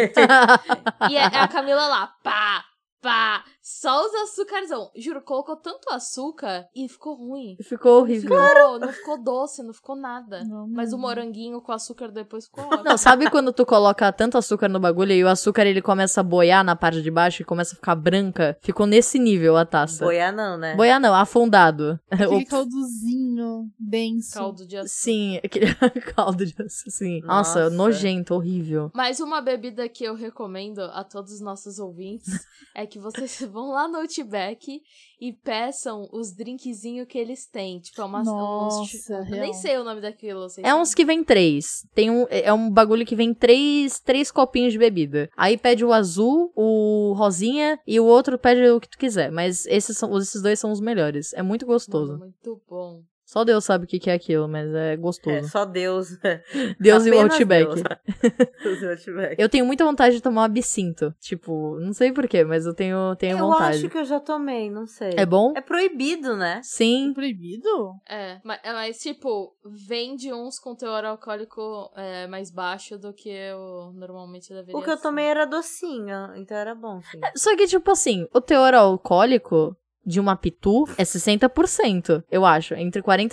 Speaker 6: E é, a, a Camila lá, pá, pá, só os açúcarzão. Juro, colocou tanto açúcar e ficou ruim.
Speaker 1: Ficou horrível.
Speaker 6: Ficou, não ficou doce, não ficou nada.
Speaker 3: Não,
Speaker 6: Mas o
Speaker 3: não.
Speaker 6: moranguinho com açúcar depois ficou ótimo.
Speaker 1: Não, sabe quando tu coloca tanto açúcar no bagulho e o açúcar ele começa a boiar na parte de baixo e começa a ficar branca? Ficou nesse nível a taça.
Speaker 5: Boiar não, né?
Speaker 1: Boiar não, afundado.
Speaker 3: Aquele
Speaker 1: O-
Speaker 3: caldozinho denso.
Speaker 6: Caldo de açúcar.
Speaker 1: Sim, <laughs> aquele caldo de açúcar. Sim. Nossa,
Speaker 5: Nossa.
Speaker 1: nojento, horrível.
Speaker 6: Mas uma bebida que eu recomendo a todos os nossos ouvintes <laughs> é que vocês vão lá no Outback e peçam os drinkzinhos que eles têm. Tipo, é uma, uns chi-
Speaker 3: Nossa,
Speaker 6: eu
Speaker 3: real.
Speaker 6: nem sei o nome daquilo. Vocês
Speaker 1: É uns que vem três. Tem um, é um bagulho que vem três, três copinhos de bebida. Aí pede o azul, o rosinha e o outro pede o que tu quiser. Mas esses, são, esses dois são os melhores. É muito
Speaker 6: Mano,
Speaker 1: gostoso.
Speaker 5: Uhum.
Speaker 6: Muito bom.
Speaker 1: Só Deus sabe o que que é aquilo, mas é
Speaker 5: É,
Speaker 1: gostoso.
Speaker 5: só Deus.
Speaker 1: Deus e o
Speaker 5: É. Apenas
Speaker 1: Outback. <laughs>
Speaker 5: Deus. Deus e o Outback.
Speaker 1: Eu tenho muita vontade de tomar um absinto. Tipo, não sei porquê, mas eu tenho, tenho
Speaker 5: Eu
Speaker 1: vontade.
Speaker 5: acho que eu já tomei, não sei.
Speaker 1: É bom?
Speaker 5: É proibido, né?
Speaker 1: Sim.
Speaker 3: Proibido?
Speaker 6: É, ma- é, mas, tipo, vende uns com teor alcoólico é, mais baixo do que eu normalmente deveria
Speaker 5: O que eu
Speaker 6: ser.
Speaker 5: tomei era docinho, então era bom, sim.
Speaker 1: Só que, tipo assim, o teor alcoólico de uma pitu é 60%, eu acho. Entre 40% e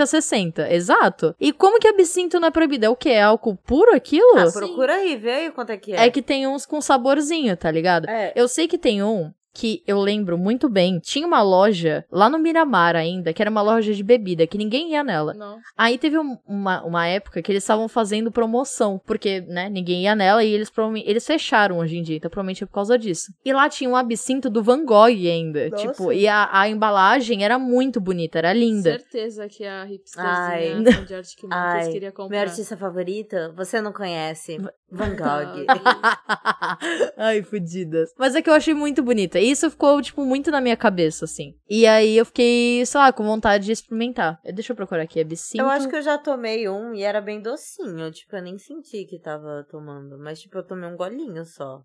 Speaker 1: 60%, exato. E como que absinto não é proibido? É o quê? É álcool puro aquilo?
Speaker 5: Ah,
Speaker 6: sim.
Speaker 5: procura aí, vê aí quanto é que é.
Speaker 1: Tipo, é que tem uns com saborzinho, tá ligado?
Speaker 5: É,
Speaker 1: Eu sei que tem um que eu lembro muito bem. Tinha uma loja lá no Miramar ainda, que era uma loja de bebida, que ninguém ia nela.
Speaker 6: Não.
Speaker 1: Aí teve um- uma, uma época que eles estavam fazendo promoção, porque, né, ninguém ia nela e eles, prova- eles fecharam hoje em dia, então provavelmente é por causa disso. E lá tinha um absinto do Van Gogh ainda,
Speaker 5: Nossa.
Speaker 1: tipo, e a, a embalagem era muito bonita, era linda.
Speaker 6: Certeza que a
Speaker 5: Ai.
Speaker 6: hipsterzinha de arte que muitas
Speaker 5: Ai.
Speaker 6: queria comprar.
Speaker 5: meu artista é favorito, você não conhece,
Speaker 6: Tá.
Speaker 5: Van
Speaker 1: <laughs>
Speaker 5: Gogh.
Speaker 1: <laughs> Ai, fodidas. Mas é que eu achei muito bonita. E isso ficou, tipo, muito na minha cabeça, assim. E aí eu fiquei, sei lá, com vontade de experimentar. Eh, Deixa eu procurar aqui, absinto.
Speaker 5: Eu acho que eu já tomei um e era bem docinho. Tipo, eu nem senti que tava tomando. Mas, tipo, eu tomei um golinho só.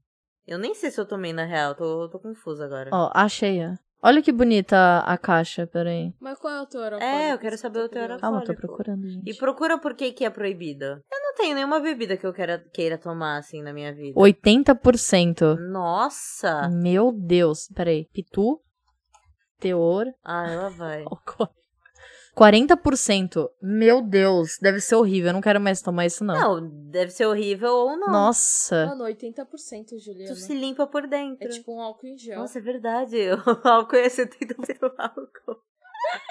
Speaker 5: Eu nem sei se eu tomei na real, tô, tô confusa agora.
Speaker 1: Ó, achei, ó. Olha que bonita a, a caixa, peraí.
Speaker 6: <laughs> Mas qual é o teor alcoólico?
Speaker 5: É, eu quero saber
Speaker 6: teu
Speaker 5: o teor alcoólico.
Speaker 1: Calma, eu tô
Speaker 5: Olha, pô.
Speaker 1: procurando, gente.
Speaker 5: E procura por que que é proibido. Eu não tenho nenhuma bebida que eu queira, queira tomar, assim, na minha vida.
Speaker 1: 80%.
Speaker 5: Nossa!
Speaker 1: Meu Deus. Peraí. Pitu. Teor.
Speaker 5: Ah, ela vai.
Speaker 1: Alcoólico. 40%. Meu Deus. Deve ser horrível. Eu não quero mais tomar isso, não.
Speaker 5: Não, deve ser horrível ou não.
Speaker 1: Nossa.
Speaker 6: Mano, 80%, Juliana.
Speaker 5: Tu se limpa por
Speaker 6: É
Speaker 5: dentro.
Speaker 6: tipo um álcool em <laughs> gel.
Speaker 5: Nossa, é verdade. <laughs> O álcool é 70% do
Speaker 1: <laughs>
Speaker 5: álcool.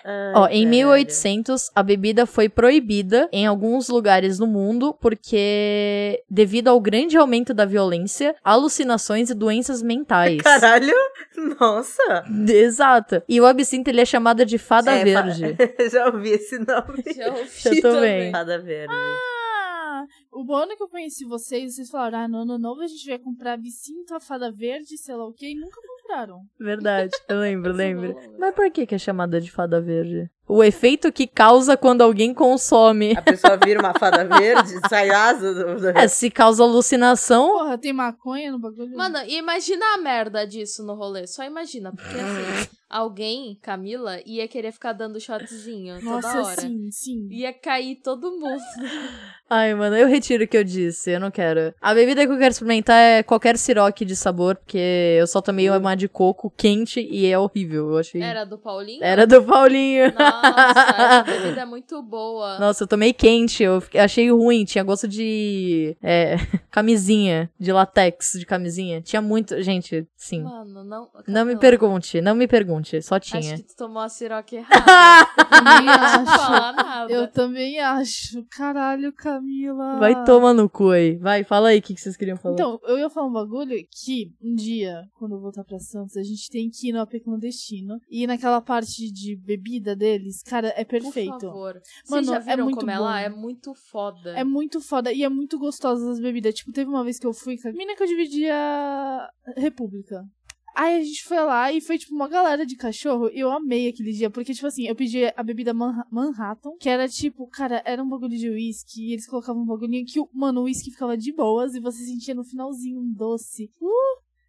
Speaker 5: Ai, é.
Speaker 1: Ó, em
Speaker 5: caralho.
Speaker 1: 1800, a bebida foi proibida em alguns lugares no mundo porque, devido ao grande aumento da violência, alucinações e doenças mentais.
Speaker 5: Caralho! Nossa!
Speaker 1: Exato. E o absinto ele é chamado de fada
Speaker 5: É, fa-
Speaker 1: verde.
Speaker 5: <laughs> Já ouvi esse nome. <laughs>
Speaker 6: Já
Speaker 1: <laughs>
Speaker 6: ouvi
Speaker 1: Eu também.
Speaker 5: Fada verde.
Speaker 3: Ah, o bom é que eu conheci vocês, vocês falaram, ah, no ano novo a gente vai comprar vicinto, a fada verde, sei lá o que, e nunca compraram.
Speaker 1: Verdade, eu lembro,
Speaker 6: Essa eu não
Speaker 1: lembro.
Speaker 6: lembro.
Speaker 1: Mas por que, que é chamada de fada verde? O efeito que causa quando alguém consome.
Speaker 5: A pessoa vira uma fada verde, sai asa do... do- <laughs>
Speaker 1: É, se causa alucinação.
Speaker 3: Porra, tem maconha no bagulho?
Speaker 6: Mano, e imagina a merda disso no rolê. Só imagina, porque
Speaker 5: <laughs>
Speaker 6: assim, alguém, Camila, ia querer ficar dando shotzinho
Speaker 3: Nossa,
Speaker 6: toda hora.
Speaker 3: sim, sim.
Speaker 6: Ia cair todo mundo.
Speaker 1: Ai, mano, eu retiro o que eu disse, eu não quero. A bebida que eu quero experimentar é qualquer siroque de sabor, porque eu só tomei uma de coco quente e é horrível, eu achei.
Speaker 6: Era do Paulinho?
Speaker 1: Era do Paulinho.
Speaker 3: <laughs>
Speaker 6: Nossa, essa bebida é muito boa.
Speaker 1: Nossa, eu tomei quente, eu fiquei- achei ruim, tinha gosto de. É, <laughs> camisinha, de latex, de camisinha. Tinha muito. Gente, sim.
Speaker 6: Mano, não.
Speaker 1: Não me
Speaker 6: Camila,
Speaker 1: pergunte, não me pergunte, só tinha.
Speaker 6: Acho que tu tomou a
Speaker 3: <laughs>
Speaker 6: siroca errada. não
Speaker 3: também
Speaker 6: ia te
Speaker 3: acho.
Speaker 6: falar nada.
Speaker 3: Eu também acho. Caralho, Camila.
Speaker 1: Vai tomar no cu aí. Vai, fala aí o que, que vocês queriam falar.
Speaker 3: Ah. Então, eu ia falar um bagulho que um dia, quando eu voltar pra Santos, a gente tem que ir no AP clandestino. E naquela parte de bebida deles, cara, é
Speaker 6: Por
Speaker 3: perfeito.
Speaker 6: favor.
Speaker 3: Mano,
Speaker 6: Vocês já
Speaker 3: é
Speaker 6: viram
Speaker 3: muito
Speaker 6: como é
Speaker 3: bom.
Speaker 6: lá? É muito foda.
Speaker 3: É muito foda e é muito gostosa as bebidas. Tipo, teve uma vez que eu fui com a mina que eu dividia a República. Aí a gente foi lá e foi, tipo, uma galera de cachorro. E eu amei aquele dia, porque, tipo assim, eu pedi a bebida Manha- Manhattan, que era, tipo, cara, era um bagulho de uísque. E eles colocavam um bagulhinho que, o- mano, o uísque ficava de boas e você sentia no finalzinho um doce. Uh!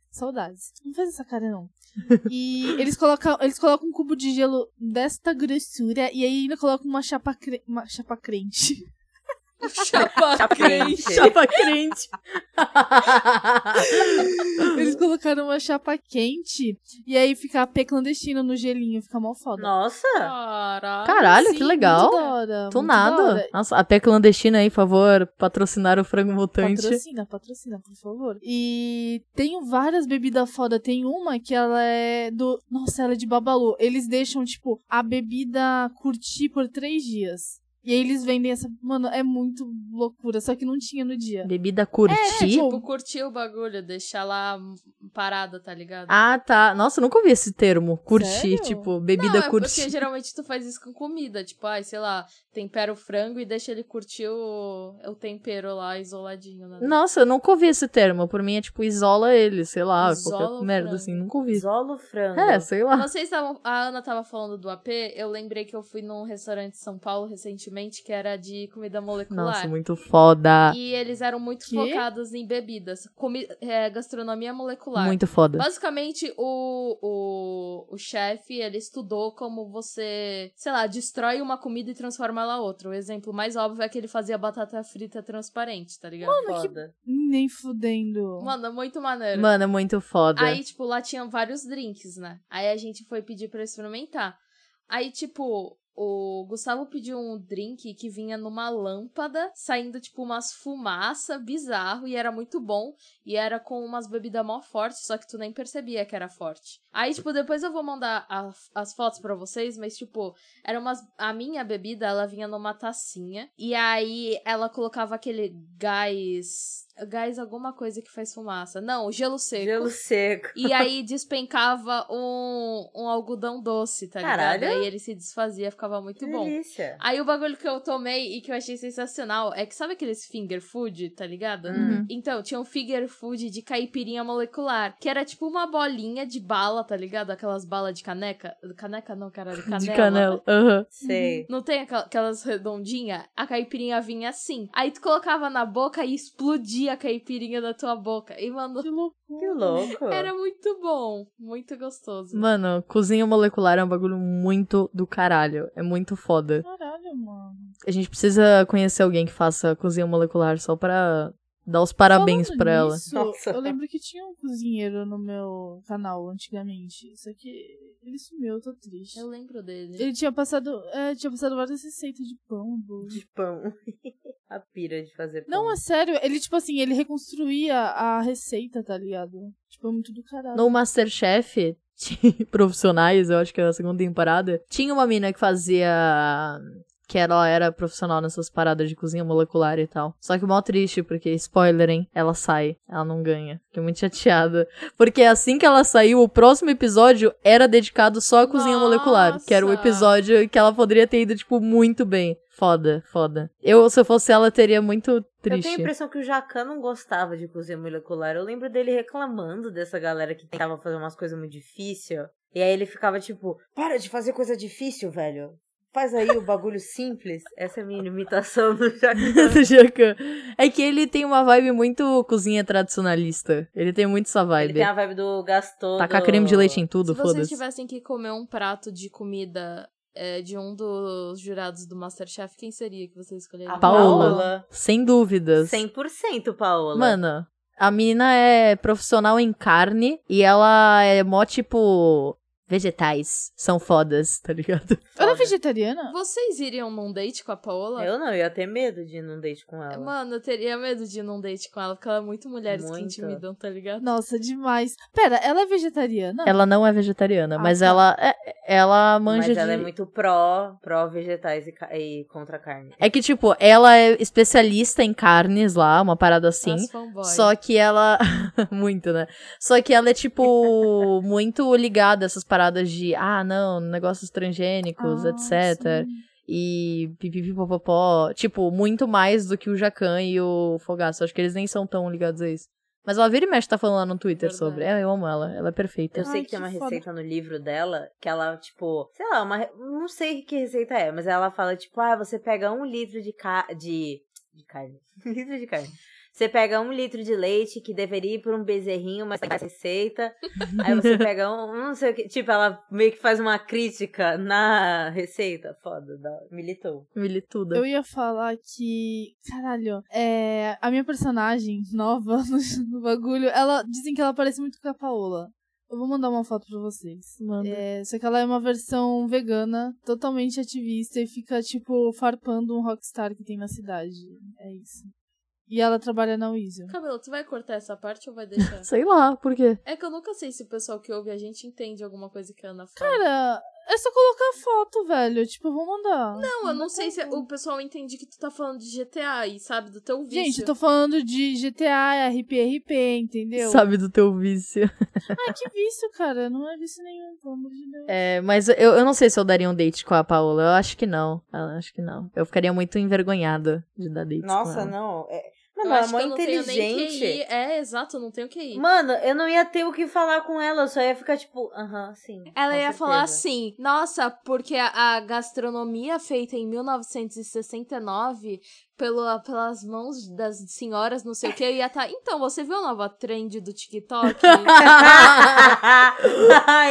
Speaker 3: Saudades. Não faz essa cara, não. E eles colocam, eles colocam um cubo de gelo desta grossura e aí ainda colocam uma chapa, cre- uma chapa crente.
Speaker 6: Chapa
Speaker 5: <laughs>
Speaker 6: crente.
Speaker 1: Chapa <laughs> crente.
Speaker 3: Eles colocaram uma chapa quente e aí fica AP clandestino no gelinho, fica mó foda.
Speaker 5: Nossa!
Speaker 6: Caralho.
Speaker 1: Caralho, que
Speaker 3: Sim,
Speaker 1: legal.
Speaker 3: Muito da hora,
Speaker 1: Do
Speaker 3: muito da
Speaker 1: nada.
Speaker 3: hora.
Speaker 1: Nossa, a pé clandestina aí, por favor, patrocinar o frango mutante.
Speaker 3: Patrocina, patrocina, por favor. E tem várias bebidas foda. Tem uma que ela é do. Nossa, ela é de babalu. Eles deixam, tipo, a bebida curtir por três dias. E aí eles vendem essa. Mano, é muito loucura. Só que não tinha no dia.
Speaker 1: Bebida curti.
Speaker 3: É, tipo-
Speaker 6: Tipo, curtir o bagulho, deixar lá hum, parada, tá ligado?
Speaker 1: Ah, tá. Nossa, eu nunca ouvi esse termo. Curti,
Speaker 3: Sério?
Speaker 1: tipo,
Speaker 6: Não,
Speaker 1: bebida
Speaker 6: é
Speaker 1: curti.
Speaker 6: porque geralmente tu faz isso com comida, tipo, ai, sei lá, tempera o frango e deixa ele curtir o, o tempero lá isoladinho. né?
Speaker 1: Nossa, eu nunca ouvi esse termo. Por mim é tipo, isola ele, sei lá,
Speaker 6: Isola
Speaker 1: qualquer
Speaker 6: o
Speaker 1: merda
Speaker 6: frango.
Speaker 1: assim. Nunca ouvi.
Speaker 5: Isola o frango.
Speaker 1: É, sei lá.
Speaker 6: Vocês estavam. A Ana tava falando do AP, eu lembrei que eu fui num restaurante em São Paulo recentemente que era de comida molecular.
Speaker 1: Nossa, muito foda.
Speaker 6: E eles eram muito
Speaker 3: Quê?
Speaker 6: focados em bebidas, comi é, gastronomia molecular.
Speaker 1: Muito foda.
Speaker 6: Basicamente, o, o, o chefe, ele estudou como você, sei lá, destrói uma comida e transforma ela outra. O exemplo mais óbvio é que ele fazia batata frita transparente, tá ligado?
Speaker 5: Foda.
Speaker 3: Nem fudendo.
Speaker 6: Mano, muito maneiro.
Speaker 1: Mano, é muito foda.
Speaker 6: Aí, tipo, lá tinham vários drinks, né? Aí a gente foi pedir pra experimentar. Aí, tipo, o Gustavo pediu um drink que vinha numa lâmpada, saindo, tipo, umas fumaça bizarro, e era muito bom. E era com umas bebidas mó fortes, só que tu nem percebia que era forte. Aí, tipo, depois eu vou mandar a- as fotos pra vocês, mas, tipo, era umas. A minha bebida, ela vinha numa tacinha. E aí ela colocava aquele gás. Gás, alguma coisa que faz fumaça. Não, gelo seco.
Speaker 5: Gelo seco.
Speaker 6: E aí despencava um, um algodão doce, tá
Speaker 5: Caralho.
Speaker 6: ligado? Aí ele se desfazia, ficava muito
Speaker 5: Que
Speaker 1: Uhum.
Speaker 6: bom.
Speaker 5: delícia.
Speaker 6: Aí o bagulho que eu tomei e que eu achei sensacional é que sabe aqueles finger food, tá ligado?
Speaker 1: Uhum.
Speaker 6: Então, tinha um finger food de caipirinha molecular, que era tipo uma bolinha de bala, tá ligado? Aquelas balas de caneca. Caneca não, caralho,
Speaker 1: <laughs>
Speaker 6: canela.
Speaker 1: De canela. Aham.
Speaker 5: Sei.
Speaker 6: Não tem aquel- aquelas redondinhas? A caipirinha vinha assim. Aí tu colocava na boca e explodia a caipirinha da tua boca. E, mano,
Speaker 3: Que loucura.
Speaker 5: Que louco.
Speaker 6: era muito bom. Muito gostoso.
Speaker 1: Mano, cozinha molecular é um bagulho muito do caralho. É muito foda.
Speaker 3: Caralho, mano.
Speaker 1: A gente precisa conhecer alguém que faça cozinha molecular só pra dar os parabéns
Speaker 3: Falando
Speaker 1: pra ela.
Speaker 3: nisso,
Speaker 5: Nossa.
Speaker 3: Eu lembro que tinha um cozinheiro no meu canal antigamente. Só que ele sumiu, eu tô triste.
Speaker 6: Eu lembro dele.
Speaker 3: Ele tinha passado. é, tinha passado várias receitas de pão, bolo.
Speaker 5: De pão. <laughs> A pira de fazer pão.
Speaker 3: Não, é sério, ele, tipo assim, ele reconstruía a receita, tá ligado? Tipo, é muito do caralho.
Speaker 1: No Masterchef <laughs> de profissionais, eu acho que era a segunda temporada, tinha uma mina que fazia. Que ela era profissional nessas paradas de cozinha molecular e tal. Só que mó triste, porque, spoiler, hein? Ela sai. Ela não ganha. Fiquei muito chateada. Porque assim que ela saiu, o próximo episódio era dedicado só à cozinha molecular. Que era o
Speaker 6: Nossa!
Speaker 1: episódio que ela poderia ter ido, tipo, muito bem. Foda, foda. Eu, se eu fosse ela, teria muito
Speaker 5: Eu tenho a
Speaker 1: triste.
Speaker 5: impressão que o Jacan não gostava de cozinha molecular. Eu lembro dele reclamando dessa galera que tentava fazer umas coisas muito difíceis. E aí ele ficava tipo, para de fazer coisa difícil, velho. Faz aí o bagulho simples. <laughs> Essa é a minha imitação do Jacan.
Speaker 1: <laughs> do Jacan. É que ele tem uma vibe muito cozinha tradicionalista. Ele tem muito essa
Speaker 5: Ele
Speaker 1: vibe.
Speaker 5: tem a vibe do Gaston.
Speaker 1: Tacar
Speaker 5: do-
Speaker 1: creme de leite em tudo,
Speaker 6: Se vocês
Speaker 1: foda-se.
Speaker 6: tivessem que comer um prato de comida é, de um dos jurados do Masterchef, quem seria que vocês escolheriam?
Speaker 5: A
Speaker 1: Paola.
Speaker 5: Paola.
Speaker 1: Sem dúvidas.
Speaker 5: 100% Paola.
Speaker 1: Mano, a menina é profissional em carne e ela é mó tipo. Vegetais são fodas, tá
Speaker 5: <laughs>
Speaker 1: ligado?
Speaker 3: Ela é
Speaker 5: Foda.
Speaker 3: vegetariana?
Speaker 6: Vocês iriam num date com a Paola?
Speaker 5: Eu não, eu ia ter medo de ir num date com ela.
Speaker 6: Mano, eu teria medo de ir num date com ela, porque ela é muito mulheres que
Speaker 5: Muito.
Speaker 6: intimidam, tá ligado?
Speaker 3: Nossa, demais. Pera, ela é vegetariana?
Speaker 1: Ela não é vegetariana,
Speaker 3: Ah,
Speaker 1: mas
Speaker 3: tá.
Speaker 1: ela é- ela manja
Speaker 5: Mas
Speaker 1: de.
Speaker 5: ela é muito pró, pró vegetais e, ca- e contra carne.
Speaker 1: É que, tipo, ela é especialista em carnes lá, uma parada assim.
Speaker 6: As é fanboy.
Speaker 1: Só que ela. <laughs> muito, né? Só que ela é, tipo, muito ligada a essas paradas de, ah, não, negócios transgênicos,
Speaker 3: Ah,
Speaker 1: etc.
Speaker 3: sim.
Speaker 1: E pipipipopopó. Tipo, muito mais do que o Jacan e o Fogaço. Acho que eles nem são tão ligados a isso. Mas ela vira e mexe tá falando lá no Twitter
Speaker 6: Verdade.
Speaker 1: sobre. É, eu amo ela. Ela é perfeita.
Speaker 5: Eu sei
Speaker 3: Ai,
Speaker 5: que tem
Speaker 3: que
Speaker 5: uma
Speaker 3: foda.
Speaker 5: receita no livro dela que ela, tipo, sei lá, uma, re- não sei que receita é, mas ela fala, tipo, ah, você pega um litro de, ca... de... de carne. <laughs> litro de carne. Você pega um litro de leite que deveria ir pra um bezerrinho, mas tem essa <laughs> receita. Aí você pega um, um não sei o que. Tipo, ela meio que faz uma crítica na receita. Foda, da... militou.
Speaker 1: Milituda.
Speaker 3: Eu ia falar que. Caralho, é, a minha personagem nova <laughs> no, no bagulho, ela dizem que ela parece muito com a Paola. Eu vou mandar uma foto pra vocês.
Speaker 1: Manda.
Speaker 3: É, só que ela é uma versão vegana, totalmente ativista e fica, tipo, farpando um rockstar que tem na cidade. É isso. E ela trabalha na Weasel.
Speaker 6: Cabelo, tu vai cortar essa parte ou
Speaker 1: <laughs>
Speaker 6: vai deixar?
Speaker 1: Sei lá, por quê?
Speaker 6: é que eu nunca sei se o pessoal que ouve a gente entende alguma coisa que a Ana fala.
Speaker 3: Cara, É só colocar a foto, velho. Tipo, eu vou mandar.
Speaker 6: Não, eu não sei se o pessoal entende que tu tá falando de GTA e sabe do teu vício.
Speaker 3: Gente, eu tô falando de GTA, RPRP, entendeu?
Speaker 1: Sabe do teu vício.
Speaker 3: Ah, que vício, cara. Não é vício nenhum, pelo amor de Deus.
Speaker 1: É, mas eu, eu não sei se eu daria um date com a Paola. Eu acho que não. Eu acho que não. Eu ficaria muito envergonhada de dar date com
Speaker 5: Nossa,
Speaker 1: ela.
Speaker 5: não. É...
Speaker 6: Tipo, Eu
Speaker 5: Mano, ela é
Speaker 6: acho que
Speaker 5: mó
Speaker 6: eu não tenho nem QI.
Speaker 5: inteligente.
Speaker 6: É, exato, eu não tenho QI.
Speaker 5: Mano, eu não ia ter o que falar com ela, eu só ia ficar tipo, aham, sim.
Speaker 6: Ela
Speaker 5: com
Speaker 6: ia
Speaker 5: certeza.
Speaker 6: falar assim, nossa, porque a, a gastronomia feita em 1969 pelo, pelas mãos das senhoras, não sei o que, eu ia tá. Então, você viu a nova trend do
Speaker 5: <laughs>
Speaker 6: TikTok?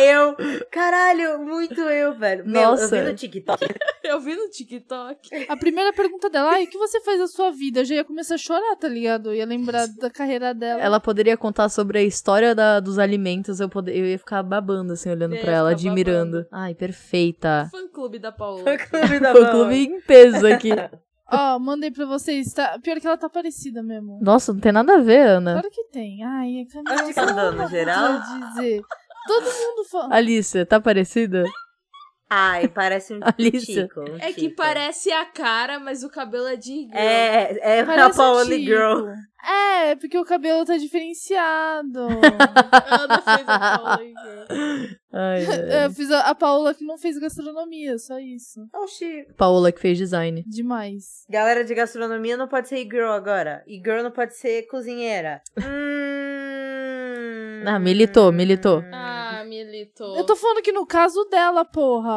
Speaker 5: eu. Caralho, muito eu, velho. Meu,
Speaker 1: Nossa.
Speaker 5: eu vi no
Speaker 1: <laughs>
Speaker 5: TikTok.
Speaker 6: eu vi no TikTok.
Speaker 3: A primeira pergunta dela, ai, o que você faz da sua vida? Eu já ia começar a chorar, tá ligado? Eu ia lembrar da carreira
Speaker 1: <laughs>
Speaker 3: dela.
Speaker 1: Ela poderia contar sobre a história da- dos alimentos, eu, poder, eu ia ficar babando, assim, olhando
Speaker 6: Eu ia
Speaker 1: pra ela,
Speaker 6: ficar
Speaker 1: admirando. Ai,
Speaker 5: É.
Speaker 1: perfeita.
Speaker 6: Fã clube da Paola.
Speaker 5: Foi o
Speaker 6: Tá
Speaker 5: clube da
Speaker 1: Foi o
Speaker 5: Paola.
Speaker 1: clube em peso
Speaker 6: <laughs>
Speaker 1: aqui.
Speaker 3: Ó, mandei pra vocês. Tá... Pior que ela tá parecida mesmo.
Speaker 1: Nossa, não tem nada a ver, Ana.
Speaker 3: Claro que tem. Ai, é Camila.
Speaker 5: Onde que ela tá, no geral?
Speaker 3: podia dizer. Todo mundo fala.
Speaker 1: Alicia, tá parecida?
Speaker 5: Ai, parece um
Speaker 1: Alicia.
Speaker 5: tico. um
Speaker 6: É que
Speaker 5: tico.
Speaker 6: parece a cara, mas o cabelo é de girl.
Speaker 5: É, é a
Speaker 3: Parece um
Speaker 5: Paola
Speaker 3: tico.
Speaker 5: Girl.
Speaker 3: É, porque o cabelo tá diferenciado.
Speaker 6: Ana fez a Paola de girl.
Speaker 1: Ai, é. ai.
Speaker 3: Eu fiz a, a Paola que não fez gastronomia, só isso.
Speaker 5: Oxi.
Speaker 1: Paola que fez design.
Speaker 3: Demais.
Speaker 5: Galera de gastronomia não pode ser e-girl agora. E-girl não pode ser cozinheira. Hum...
Speaker 1: Ah, militou, militou.
Speaker 6: Ah, militou.
Speaker 3: Eu tô falando que no caso dela, porra.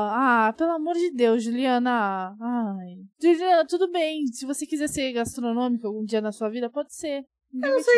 Speaker 3: Ah, pelo amor de Deus, Juliana. Ai. Juliana, tudo bem. Se você quiser ser gastronômica algum dia na sua vida, pode ser. Eu não
Speaker 5: sou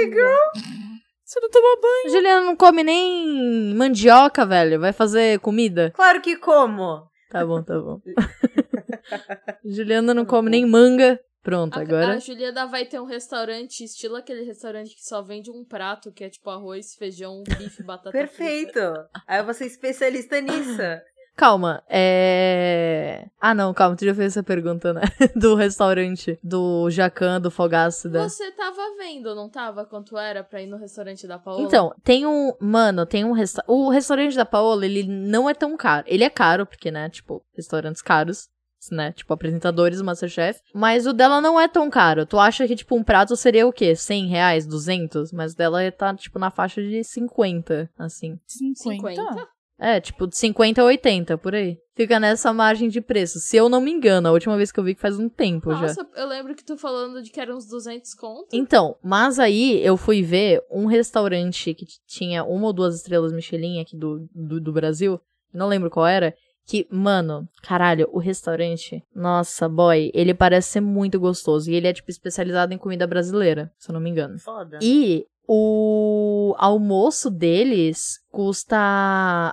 Speaker 3: Você não toma banho.
Speaker 6: Hum.
Speaker 1: Juliana não come nem mandioca, velho. Vai fazer comida?
Speaker 5: Claro que como.
Speaker 1: Tá bom, tá
Speaker 6: <laughs>
Speaker 1: bom.
Speaker 6: Tá
Speaker 1: Juliana não come nem manga. Pronto,
Speaker 6: A- A,
Speaker 1: agora.
Speaker 6: Juliana vai ter um restaurante, estilo aquele restaurante que só vende um prato, que é tipo arroz, feijão, bife, batata.
Speaker 5: Perfeito. Aí eu vou ser especialista nisso.
Speaker 1: <laughs> Calma, é. Ah, não, calma, tu já fez essa pergunta, né? <laughs> Do restaurante, do Jacan, do Fogaço.
Speaker 6: frita.
Speaker 1: Da...
Speaker 6: Você tava vendo, não tava? Quanto era pra ir no restaurante da Paola?
Speaker 1: Então, tem um. Mano, tem um resta... O restaurante da Paola, ele não é tão caro. Ele é caro, porque, né? Tipo, restaurantes caros. Né? Tipo, apresentadores, Masterchef. Mas o dela não é tão caro. Tu acha que, tipo, um prato seria o quê? 100 reais? 200? Mas o dela tá, tipo, na faixa de 50, assim.
Speaker 3: 50?
Speaker 6: 50?
Speaker 1: É, tipo, de 50 a 80, por aí. Fica nessa margem de preço. Se eu não me engano, a última vez que eu vi que faz um tempo já.
Speaker 6: Nossa, eu lembro que tu falando de que era uns 200 conto.
Speaker 1: Então, mas aí eu fui ver um restaurante que t- tinha uma ou duas estrelas Michelin aqui do, do, do Brasil, não lembro qual era, que, mano, caralho, o restaurante, nossa, boy, ele parece ser muito gostoso. E ele é, tipo, especializado em comida brasileira, se eu não me engano.
Speaker 5: Foda.
Speaker 1: E o almoço deles custa,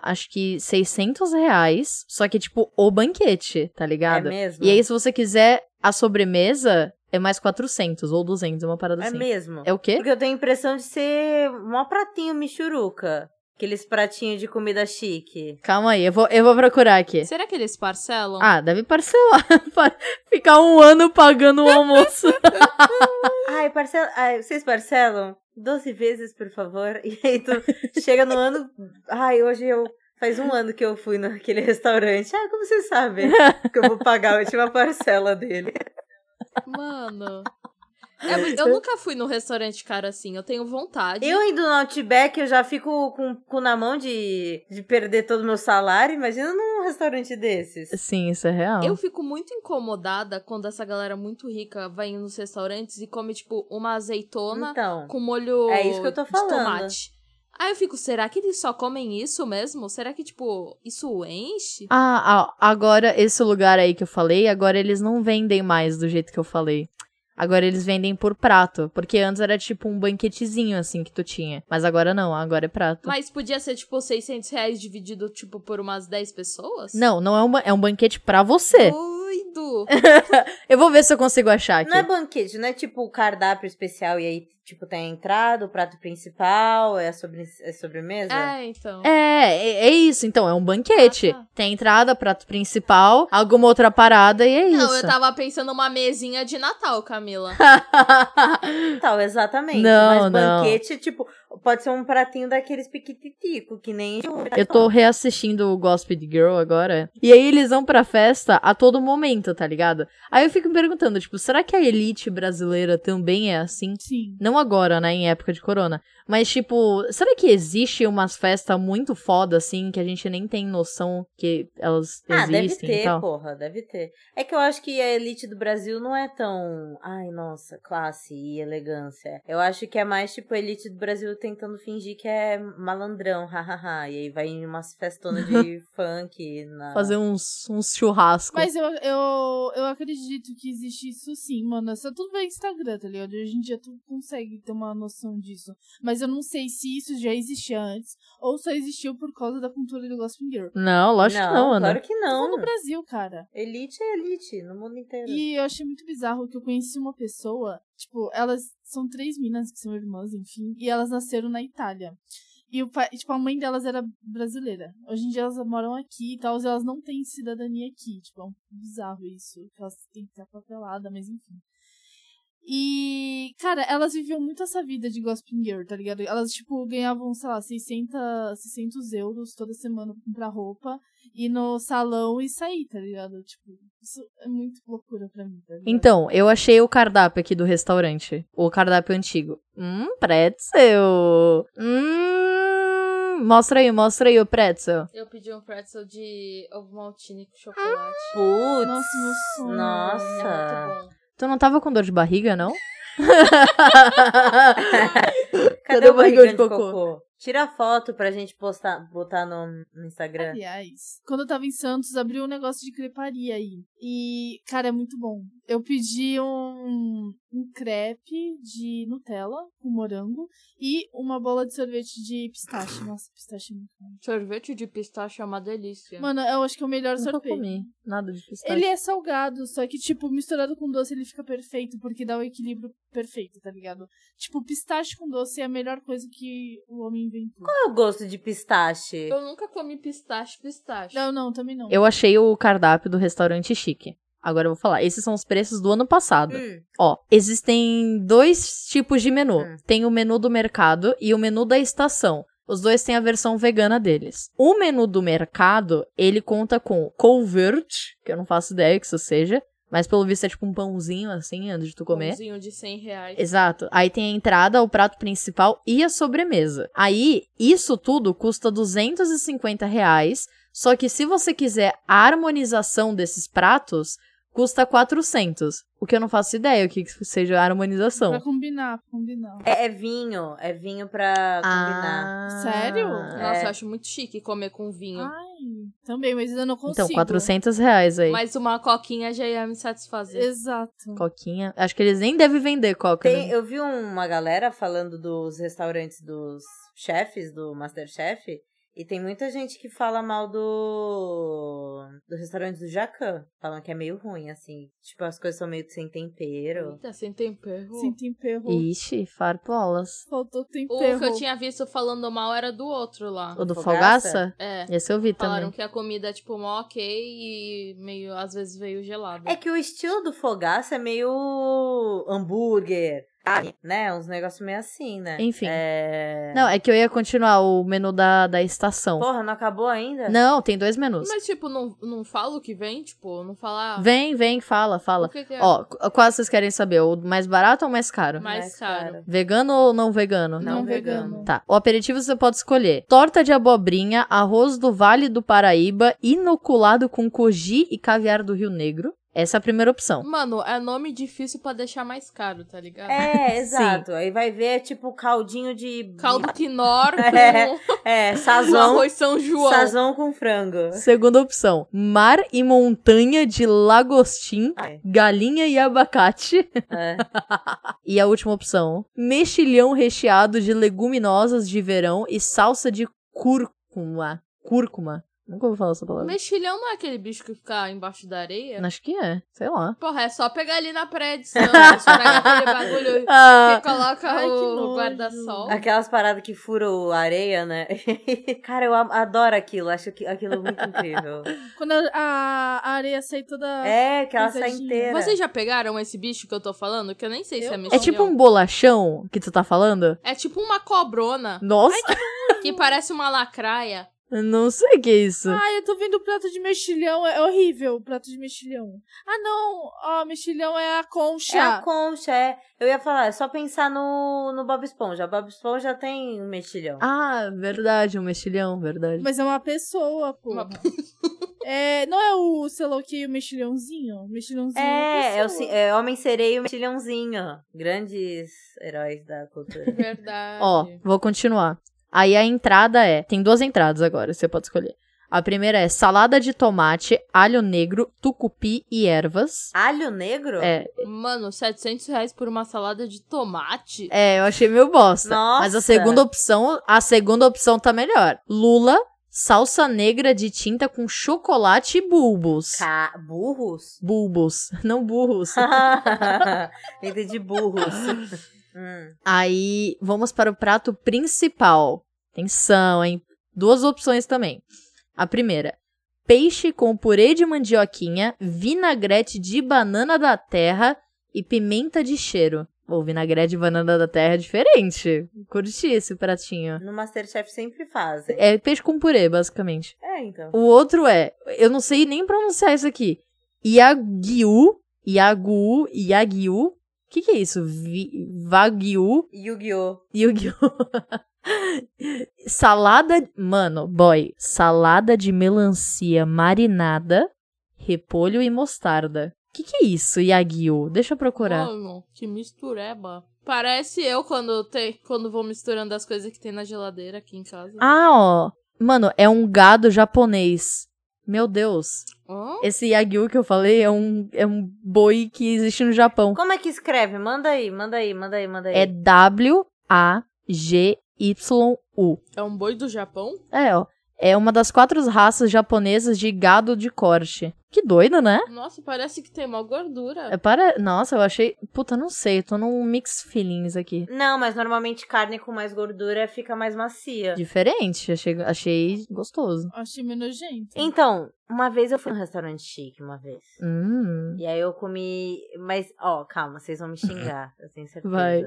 Speaker 1: acho que, 600 reais. Só que, tipo, o banquete, tá
Speaker 5: é
Speaker 1: ligado?
Speaker 5: mesmo?
Speaker 1: e aí, se você quiser a sobremesa, é mais 400 ou 200, uma parada
Speaker 5: É
Speaker 1: assim.
Speaker 5: mesmo.
Speaker 1: É o quê?
Speaker 5: Porque eu tenho a impressão de ser mó pratinho michuruca. Aqueles pratinhos de comida chique.
Speaker 1: Calma aí, eu vou, eu vou procurar aqui.
Speaker 6: Será que eles parcelam?
Speaker 1: Ah, deve parcelar. <laughs> pa- Ficar um ano pagando o
Speaker 5: <laughs>
Speaker 1: almoço.
Speaker 5: Ai, parcela. Ai, vocês parcelam? Doze vezes, por favor. <laughs> E aí tu chega no ano. Ai, hoje eu. Faz um ano que eu fui naquele restaurante. Ah, como vocês sabem que eu vou pagar a última parcela dele.
Speaker 1: <laughs>
Speaker 6: Mano. É mu- eu nunca fui num restaurante caro assim, eu tenho vontade.
Speaker 5: Eu indo no Outback, eu já fico com o cu na mão de, de perder todo o meu salário. Imagina num restaurante desses.
Speaker 1: Sim, isso é real.
Speaker 6: Eu fico muito incomodada quando essa galera muito rica vai nos restaurantes e come, tipo, uma azeitona
Speaker 5: Então.
Speaker 6: com molho
Speaker 5: É isso que eu tô
Speaker 6: de
Speaker 5: falando.
Speaker 6: tomate. Aí eu fico, será que eles só comem isso mesmo? Será que, tipo, isso enche?
Speaker 1: Ah, ah, agora esse lugar aí que eu falei, agora eles não vendem mais do jeito que eu falei. Agora eles vendem por prato, porque antes era tipo um banquetezinho assim que tu tinha, mas agora não, agora é prato.
Speaker 6: Mas podia ser, tipo, 600 reais dividido, tipo, por umas 10 pessoas?
Speaker 1: Não, não é um, ba- é um banquete pra você.
Speaker 6: Doido!
Speaker 1: Eu vou ver se eu consigo achar aqui.
Speaker 5: é Não é banquete, não é tipo cardápio especial e aí Tipo, tem a entrada, o prato principal, é a, sobre, é a sobremesa?
Speaker 6: É, então.
Speaker 1: É, é, é isso, então, é um banquete.
Speaker 6: Ah, tá.
Speaker 1: Tem entrada, prato principal, alguma outra parada e é
Speaker 6: Não,
Speaker 1: isso.
Speaker 6: eu tava pensando numa mesinha de Natal, Camila.
Speaker 1: <laughs>
Speaker 5: Tal, Então, exatamente.
Speaker 1: Não,
Speaker 5: Mas
Speaker 1: não.
Speaker 5: banquete, tipo, pode ser um pratinho daqueles piquititico, que nem. um.
Speaker 1: Eu tô reassistindo o Gossip Girl agora. E aí eles vão pra festa a todo momento, tá ligado? Aí eu fico me perguntando, tipo, será que a elite brasileira também é assim?
Speaker 3: Sim.
Speaker 1: Não agora, né, em época de corona. Mas, tipo, será que existe umas festas muito foda, assim, que a gente nem tem noção que elas
Speaker 5: Ah, deve
Speaker 1: existem e
Speaker 5: ter,
Speaker 1: tal?
Speaker 5: porra, deve ter. É que eu acho que a elite do Brasil não é tão. Ai, nossa, classe e elegância. Eu acho que é mais, tipo, a elite do Brasil tentando fingir que é malandrão, <laughs> hahaha. E aí vai em umas festonas
Speaker 1: <laughs>
Speaker 5: de funk. Na...
Speaker 1: Fazer uns, uns churrascos.
Speaker 3: Mas eu, eu, eu acredito que existe isso sim, mano. Só tudo vai Instagram, tá ligado? Hoje em dia tu consegue ter uma noção disso. Mas eu não sei se isso já existia antes ou só existiu por causa da cultura do Gossip Girl.
Speaker 1: Não, lógico um- que não, Ana.
Speaker 5: claro que
Speaker 3: Só
Speaker 5: não.
Speaker 3: no Brasil, cara.
Speaker 5: Elite é elite, no mundo inteiro.
Speaker 3: E eu achei muito bizarro que eu conheci uma pessoa, tipo, elas são três minas que são irmãs, enfim, e elas nasceram na Itália. E o pai, tipo, a mãe delas era brasileira. Hoje em dia elas moram aqui e tal, e elas não têm cidadania aqui. Tipo, é um bizarro isso. que Elas têm que estar papelada, mas enfim. E, cara, elas viviam muito essa vida de Gossip Girl, tá ligado? Elas, tipo, ganhavam, sei lá, 60, 600 euros toda semana pra comprar roupa, ir no salão e sair, tá ligado? Tipo, isso é muito loucura pra mim, tá ligado?
Speaker 1: Então, eu achei o cardápio aqui do restaurante. O cardápio antigo. Hum, pretzel. Hum. Mostra aí, mostra aí o pretzel.
Speaker 6: Eu pedi um pretzel de ovo maltine com chocolate.
Speaker 5: Ah, Putz!
Speaker 3: Nossa, meu sonho.
Speaker 6: É
Speaker 5: Nossa!
Speaker 6: muito bom.
Speaker 1: Tu não tava com dor de barriga, <laughs> não?
Speaker 5: Cadê o barrigão de cocô? Tira a foto pra gente postar, botar no, no Instagram.
Speaker 3: Aliás, é quando eu tava em Santos, abriu um negócio de creparia aí. E, cara, é muito bom. Eu pedi um, um crepe de Nutella com morango e uma bola de sorvete de pistache. Nossa, pistache é muito bom.
Speaker 6: Sorvete de pistache é uma delícia.
Speaker 3: Mano, eu acho que é o melhor
Speaker 1: Nunca
Speaker 3: sorvete.
Speaker 1: comi nada de pistache.
Speaker 3: Ele é salgado, só que, tipo, misturado com doce ele fica perfeito, porque dá o equilíbrio perfeito, tá ligado? Tipo, pistache com doce é a melhor coisa que o homem inventou.
Speaker 5: Qual é o gosto de pistache?
Speaker 6: Eu nunca comi pistache, pistache.
Speaker 3: Não, não, também não.
Speaker 1: Eu achei o cardápio do restaurante chique. Agora eu vou falar. Esses são os preços do ano passado.
Speaker 5: Hum,
Speaker 1: Ó, existem dois tipos de menu.
Speaker 5: Hum.
Speaker 1: Tem o menu do mercado e o menu da estação. Os dois têm a versão vegana deles. O menu do mercado, ele conta com couve-vert, que eu não faço ideia o que isso seja, mas pelo visto é tipo um pãozinho assim, antes de tu comer.
Speaker 6: Pãozinho de 100 reais.
Speaker 1: Exato. Aí tem a entrada, o prato principal e a sobremesa. Aí, isso tudo custa 250 reais. Só que se você quiser a harmonização desses pratos, custa 400. O que eu não faço ideia o que que seja a harmonização.
Speaker 3: Pra combinar, pra combinar.
Speaker 5: É, é vinho, é vinho pra
Speaker 3: Ah,
Speaker 5: combinar.
Speaker 3: Sério?
Speaker 1: Ah,
Speaker 6: Nossa, eu acho muito chique comer com vinho.
Speaker 3: Ai, também, mas eu não consigo.
Speaker 1: Então, 400 reais aí.
Speaker 6: Mas uma coquinha já ia me satisfazer.
Speaker 3: Exato.
Speaker 1: Coquinha. Acho que eles nem devem vender coca.
Speaker 5: Tem-
Speaker 1: né?
Speaker 5: eu vi uma galera falando dos restaurantes dos chefes do Masterchef. E tem muita gente que fala mal do. do restaurante do Jacan. Falam que é meio ruim, assim. Tipo, as coisas são meio sem tempero.
Speaker 6: Eita, sem tempero.
Speaker 3: Sem tempero.
Speaker 1: Ixi, farpolas.
Speaker 3: Faltou
Speaker 6: O
Speaker 3: tempero.
Speaker 6: que eu tinha visto falando mal era do outro lá.
Speaker 1: O do
Speaker 5: Fogaça?
Speaker 1: Fogaça?
Speaker 6: É.
Speaker 1: Esse eu vi
Speaker 6: Falaram
Speaker 1: também.
Speaker 6: que a comida é, tipo, mó ok e meio, às vezes, veio gelada.
Speaker 5: É que o estilo do fogaça é meio. hambúrguer, carne, né? Uns negócios meio assim, né?
Speaker 1: Enfim.
Speaker 5: É...
Speaker 1: Não, é que eu ia continuar o menu da, da estação.
Speaker 5: Porra, não acabou ainda?
Speaker 1: Não, tem dois menus.
Speaker 6: Mas, tipo, não, não fala o que vem, tipo, não fala...
Speaker 1: Vem, vem, fala,
Speaker 6: O
Speaker 1: fala.
Speaker 6: que, que é
Speaker 1: Ó, qu- qual vocês querem saber? O mais barato ou o mais caro?
Speaker 6: mais, caro? <laughs>
Speaker 1: Vegano ou não vegano?
Speaker 5: Não,
Speaker 3: Não
Speaker 5: vegano.
Speaker 3: vegano.
Speaker 1: Tá. O aperitivo você pode escolher: torta de abobrinha, arroz do Vale do Paraíba, inoculado com koji e caviar do Rio Negro. Essa é a primeira opção.
Speaker 6: Mano, é nome difícil pra deixar mais caro, tá ligado?
Speaker 5: É, exato. Aí vai ver, é tipo, caldinho de.
Speaker 6: Caldo quinor
Speaker 5: É,
Speaker 6: com,
Speaker 5: É,
Speaker 6: com
Speaker 5: sazão.
Speaker 6: <laughs> arroz São João.
Speaker 5: Sazão com
Speaker 6: <laughs>
Speaker 5: frango.
Speaker 1: Segunda opção: mar e montanha de lagostim,
Speaker 5: Ai.
Speaker 1: galinha e abacate.
Speaker 5: É.
Speaker 1: E a última opção: mexilhão recheado de leguminosas de verão e salsa de cúrcuma. Cúrcuma. Nunca ouvi falar essa palavra.
Speaker 6: Mexilhão não é aquele bicho que fica embaixo da areia?
Speaker 1: Acho que é, sei lá.
Speaker 6: Porra, é só pegar ali na pré-edição,
Speaker 1: <laughs>
Speaker 6: estourar aquele bagulho
Speaker 1: Ah,
Speaker 6: que coloca
Speaker 3: Ai, que
Speaker 6: o
Speaker 3: nojo.
Speaker 6: guarda-sol.
Speaker 5: Aquelas paradas que furam a areia, né? <laughs> Cara, eu am- adoro aquilo, acho que aquilo
Speaker 6: <laughs>
Speaker 5: muito incrível.
Speaker 3: Quando a, a- a areia sai toda.
Speaker 5: É, que ela sai
Speaker 3: Coisadinha.
Speaker 5: inteira.
Speaker 6: Vocês já pegaram esse bicho que eu tô falando? Que eu nem sei se
Speaker 3: Eu-
Speaker 6: é
Speaker 3: É
Speaker 6: mexilhão.
Speaker 1: É tipo um bolachão que tu tá falando?
Speaker 6: É tipo uma cobrona
Speaker 1: Nossa,
Speaker 6: que parece uma lacraia.
Speaker 1: <laughs> não sei o que é isso.
Speaker 3: Ah, eu tô vendo o prato de mexilhão. É horrível o prato de mexilhão. Ah, não. Ó, mexilhão é a concha.
Speaker 5: É a concha, é. Eu ia falar, é só pensar no, no Bob Esponja. Bob Esponja tem um mexilhão.
Speaker 1: Ah, verdade, um mexilhão, verdade.
Speaker 3: Mas é uma pessoa, pô.
Speaker 6: Uma-
Speaker 3: <laughs> É, não é o, sei lá o que, o mexilhãozinho? O mexilhãozinho é,
Speaker 5: é, é,
Speaker 3: uma
Speaker 5: o,
Speaker 3: pessoa.
Speaker 5: ci- é Homem Sereia e o Mexilhãozinho. Grandes heróis da
Speaker 1: <laughs>
Speaker 5: cultura.
Speaker 6: Verdade.
Speaker 1: Ó, vou continuar. Aí a entrada é. Tem duas entradas agora, você pode escolher. A primeira é salada de tomate, alho negro, tucupi e ervas.
Speaker 5: Alho negro?
Speaker 1: É,
Speaker 6: Mano, 700 reais por uma salada de tomate?
Speaker 1: é, eu achei meio bosta.
Speaker 5: Nossa.
Speaker 1: Mas a segunda opção, a segunda opção tá melhor. Lula, salsa negra de tinta com chocolate e bulbos.
Speaker 5: Ca-
Speaker 1: <laughs>
Speaker 5: Burros?
Speaker 1: Bulbos, não burros.
Speaker 5: Entendi, burros. Hum.
Speaker 1: Aí, vamos para o prato principal. Atenção, hein? Duas opções também. A primeira, peixe com purê de mandioquinha, vinagrete de banana da terra e pimenta de cheiro. Ou vinagrete de banana da terra é diferente. Curti esse pratinho.
Speaker 5: No Masterchef sempre fazem.
Speaker 1: É peixe com purê, basicamente.
Speaker 5: É, então.
Speaker 1: O outro é, eu não sei nem pronunciar isso aqui. Yagyu, Yagu, Yagyu. O que, que é isso? Vi, Wagyu
Speaker 5: Yu-Gi-Oh!
Speaker 1: Yu-Gi-Oh! <laughs> salada. Mano, boy. Salada de melancia marinada, repolho e mostarda. Que que é isso, Yagyu? Deixa eu procurar.
Speaker 6: Mano, que mistureba. Parece eu quando, tem, quando vou misturando as coisas que tem na geladeira aqui em casa.
Speaker 1: Ah, ó. Mano, é um gado japonês. Meu Deus.
Speaker 6: Hã?
Speaker 1: Esse Yagyu que eu falei é um, é um boi que existe no Japão.
Speaker 5: Como é que escreve? Manda aí, manda aí, manda aí, manda aí.
Speaker 1: É W-A-G-Y-U.
Speaker 6: É um boi do Japão?
Speaker 1: É, ó. É uma das quatro raças japonesas de gado de corte. Que doido, né?
Speaker 6: Nossa, parece que tem mó gordura.
Speaker 1: É para... Nossa, eu achei. Puta, não sei. Tô num mix feelings aqui.
Speaker 5: Não, mas normalmente carne com mais gordura fica mais macia.
Speaker 1: Diferente. Achei, achei gostoso.
Speaker 3: Achei meio nojento.
Speaker 5: Então, uma vez eu fui num restaurante chique, uma vez.
Speaker 1: Hum.
Speaker 5: E aí eu comi. Mas, ó, calma, vocês vão me xingar, eu tenho certeza.
Speaker 1: Vai.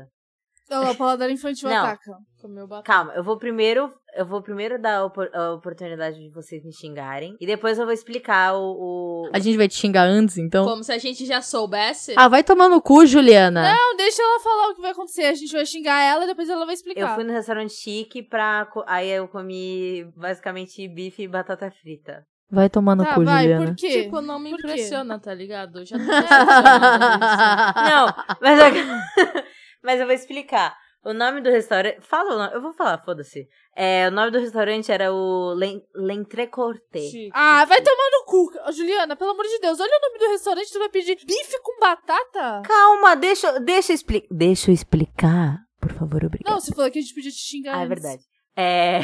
Speaker 3: Olha lá, o paladar infantil
Speaker 5: Não.
Speaker 3: ataca.
Speaker 6: Comeu batata.
Speaker 5: Calma, eu vou primeiro. Eu vou primeiro dar a opor- a oportunidade de vocês me xingarem. E depois eu vou explicar o. o-
Speaker 1: A gente vai te xingar antes, então.
Speaker 6: Como se a gente já soubesse.
Speaker 1: Ah, vai tomar no cu, Juliana.
Speaker 3: Não, deixa ela falar o que vai acontecer. A gente vai xingar ela e depois ela vai
Speaker 5: Eu
Speaker 3: explicar.
Speaker 5: fui no restaurante chique pra. co- Aí eu comi basicamente bife e batata frita.
Speaker 1: Vai tomar no
Speaker 3: Tá,
Speaker 1: cu,
Speaker 3: vai,
Speaker 1: Juliana.
Speaker 3: por quê?
Speaker 6: Tipo, não me
Speaker 3: Por quê?
Speaker 6: impressiona, tá
Speaker 1: <laughs>
Speaker 6: ligado? Eu já tô decepcionada
Speaker 5: Não, mas eu, <laughs> mas eu vou explicar. O nome do restaurante. Fala o nome. Eu vou falar, foda-se. É, o nome do restaurante era o Len-
Speaker 6: disso.
Speaker 5: L'Entrecorté.
Speaker 6: Chique.
Speaker 3: Ah, vai tomar no cu. Ô, Juliana, pelo amor de Deus, olha o nome do restaurante, tu vai pedir bife com batata?
Speaker 5: Calma, deixa, eu- deixa eu explicar. Deixa eu explicar. Por favor, obrigada.
Speaker 3: Não, você falou que a gente podia te xingar
Speaker 5: Ah, é
Speaker 3: antes.
Speaker 5: verdade. É...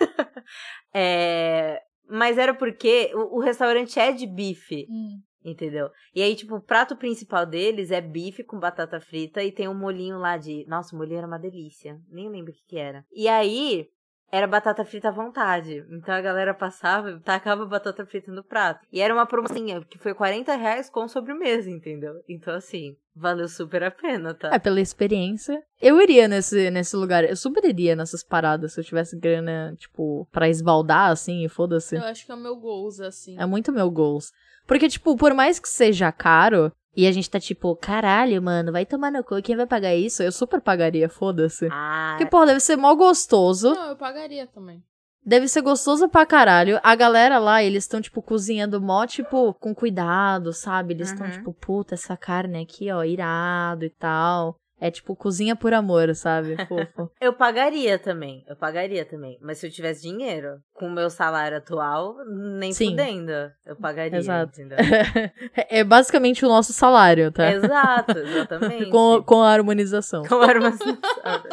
Speaker 5: <laughs> É, Mas era porque o, o restaurante é de bife,
Speaker 3: Hum.
Speaker 5: entendeu? E aí, tipo, o prato principal deles é bife com batata frita e tem um molhinho lá de. Nossa, o molhinho era uma delícia. Nem lembro o que, que era. E aí. Era batata frita à vontade. Então a galera passava e tacava batata frita no prato. E era uma promocinha que foi 40 reais com sobremesa, entendeu? Então, assim, valeu super a pena, tá?
Speaker 1: É pela experiência. Eu iria nesse, nesse lugar. Eu super iria nessas paradas se eu tivesse grana, tipo, pra esbaldar, assim, e foda-se.
Speaker 6: Eu acho que é o meu goals, assim.
Speaker 1: É muito meu goals. Porque, tipo, por mais que seja caro, e a gente tá tipo, caralho, mano, vai tomar no cu, quem vai pagar isso? Eu super pagaria, foda-se.
Speaker 5: Ah,
Speaker 1: Porque, pô, deve ser mó gostoso.
Speaker 6: Não, eu pagaria também.
Speaker 1: Deve ser gostoso pra caralho. A galera lá, eles estão, tipo, cozinhando mó, tipo, com cuidado, sabe? Eles estão,
Speaker 5: Uhum.
Speaker 1: tipo, puta, essa carne aqui, ó, irado e tal. É tipo, cozinha por amor, sabe? Fofo.
Speaker 5: Eu pagaria também, eu pagaria também. Mas se eu tivesse dinheiro, com o meu salário atual, nem
Speaker 1: Sim.
Speaker 5: fudendo. Eu pagaria,
Speaker 1: Exato.
Speaker 5: entendeu?
Speaker 1: <laughs> é basicamente o nosso salário,
Speaker 5: É,
Speaker 1: tá?
Speaker 5: Exato, exatamente.
Speaker 1: Com, com a harmonização.
Speaker 5: <laughs> Com armas.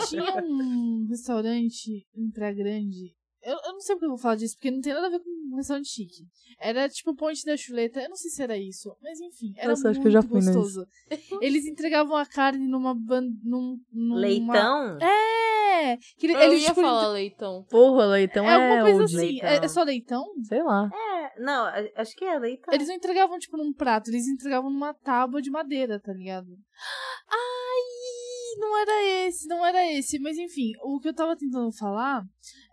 Speaker 3: Tinha um restaurante em Praia Grande. Eu, eu não sei porque eu vou falar disso, porque não tem nada a ver com um restaurante chique. Era tipo Ponte da Chuleta, eu não sei se era isso, mas enfim, era
Speaker 1: Nossa,
Speaker 3: muito
Speaker 1: acho que eu já fui nesse.
Speaker 3: gostoso. Eles entregavam a carne numa ban... num, numa...
Speaker 5: Leitão?
Speaker 3: É! Que ele-
Speaker 6: Eu
Speaker 3: eles,
Speaker 6: ia
Speaker 3: tipo,
Speaker 6: falar leitão.
Speaker 1: Porra, leitão
Speaker 3: é alguma
Speaker 1: é,
Speaker 3: coisa
Speaker 1: old.
Speaker 3: assim.
Speaker 5: Leitão.
Speaker 3: É, é só leitão?
Speaker 1: Sei lá.
Speaker 5: É, não, a- acho que é leitão.
Speaker 3: Eles não entregavam, tipo, num prato, eles entregavam numa tábua de madeira, tá ligado? Ai, não era esse, não era esse. Mas enfim, o que eu tava tentando falar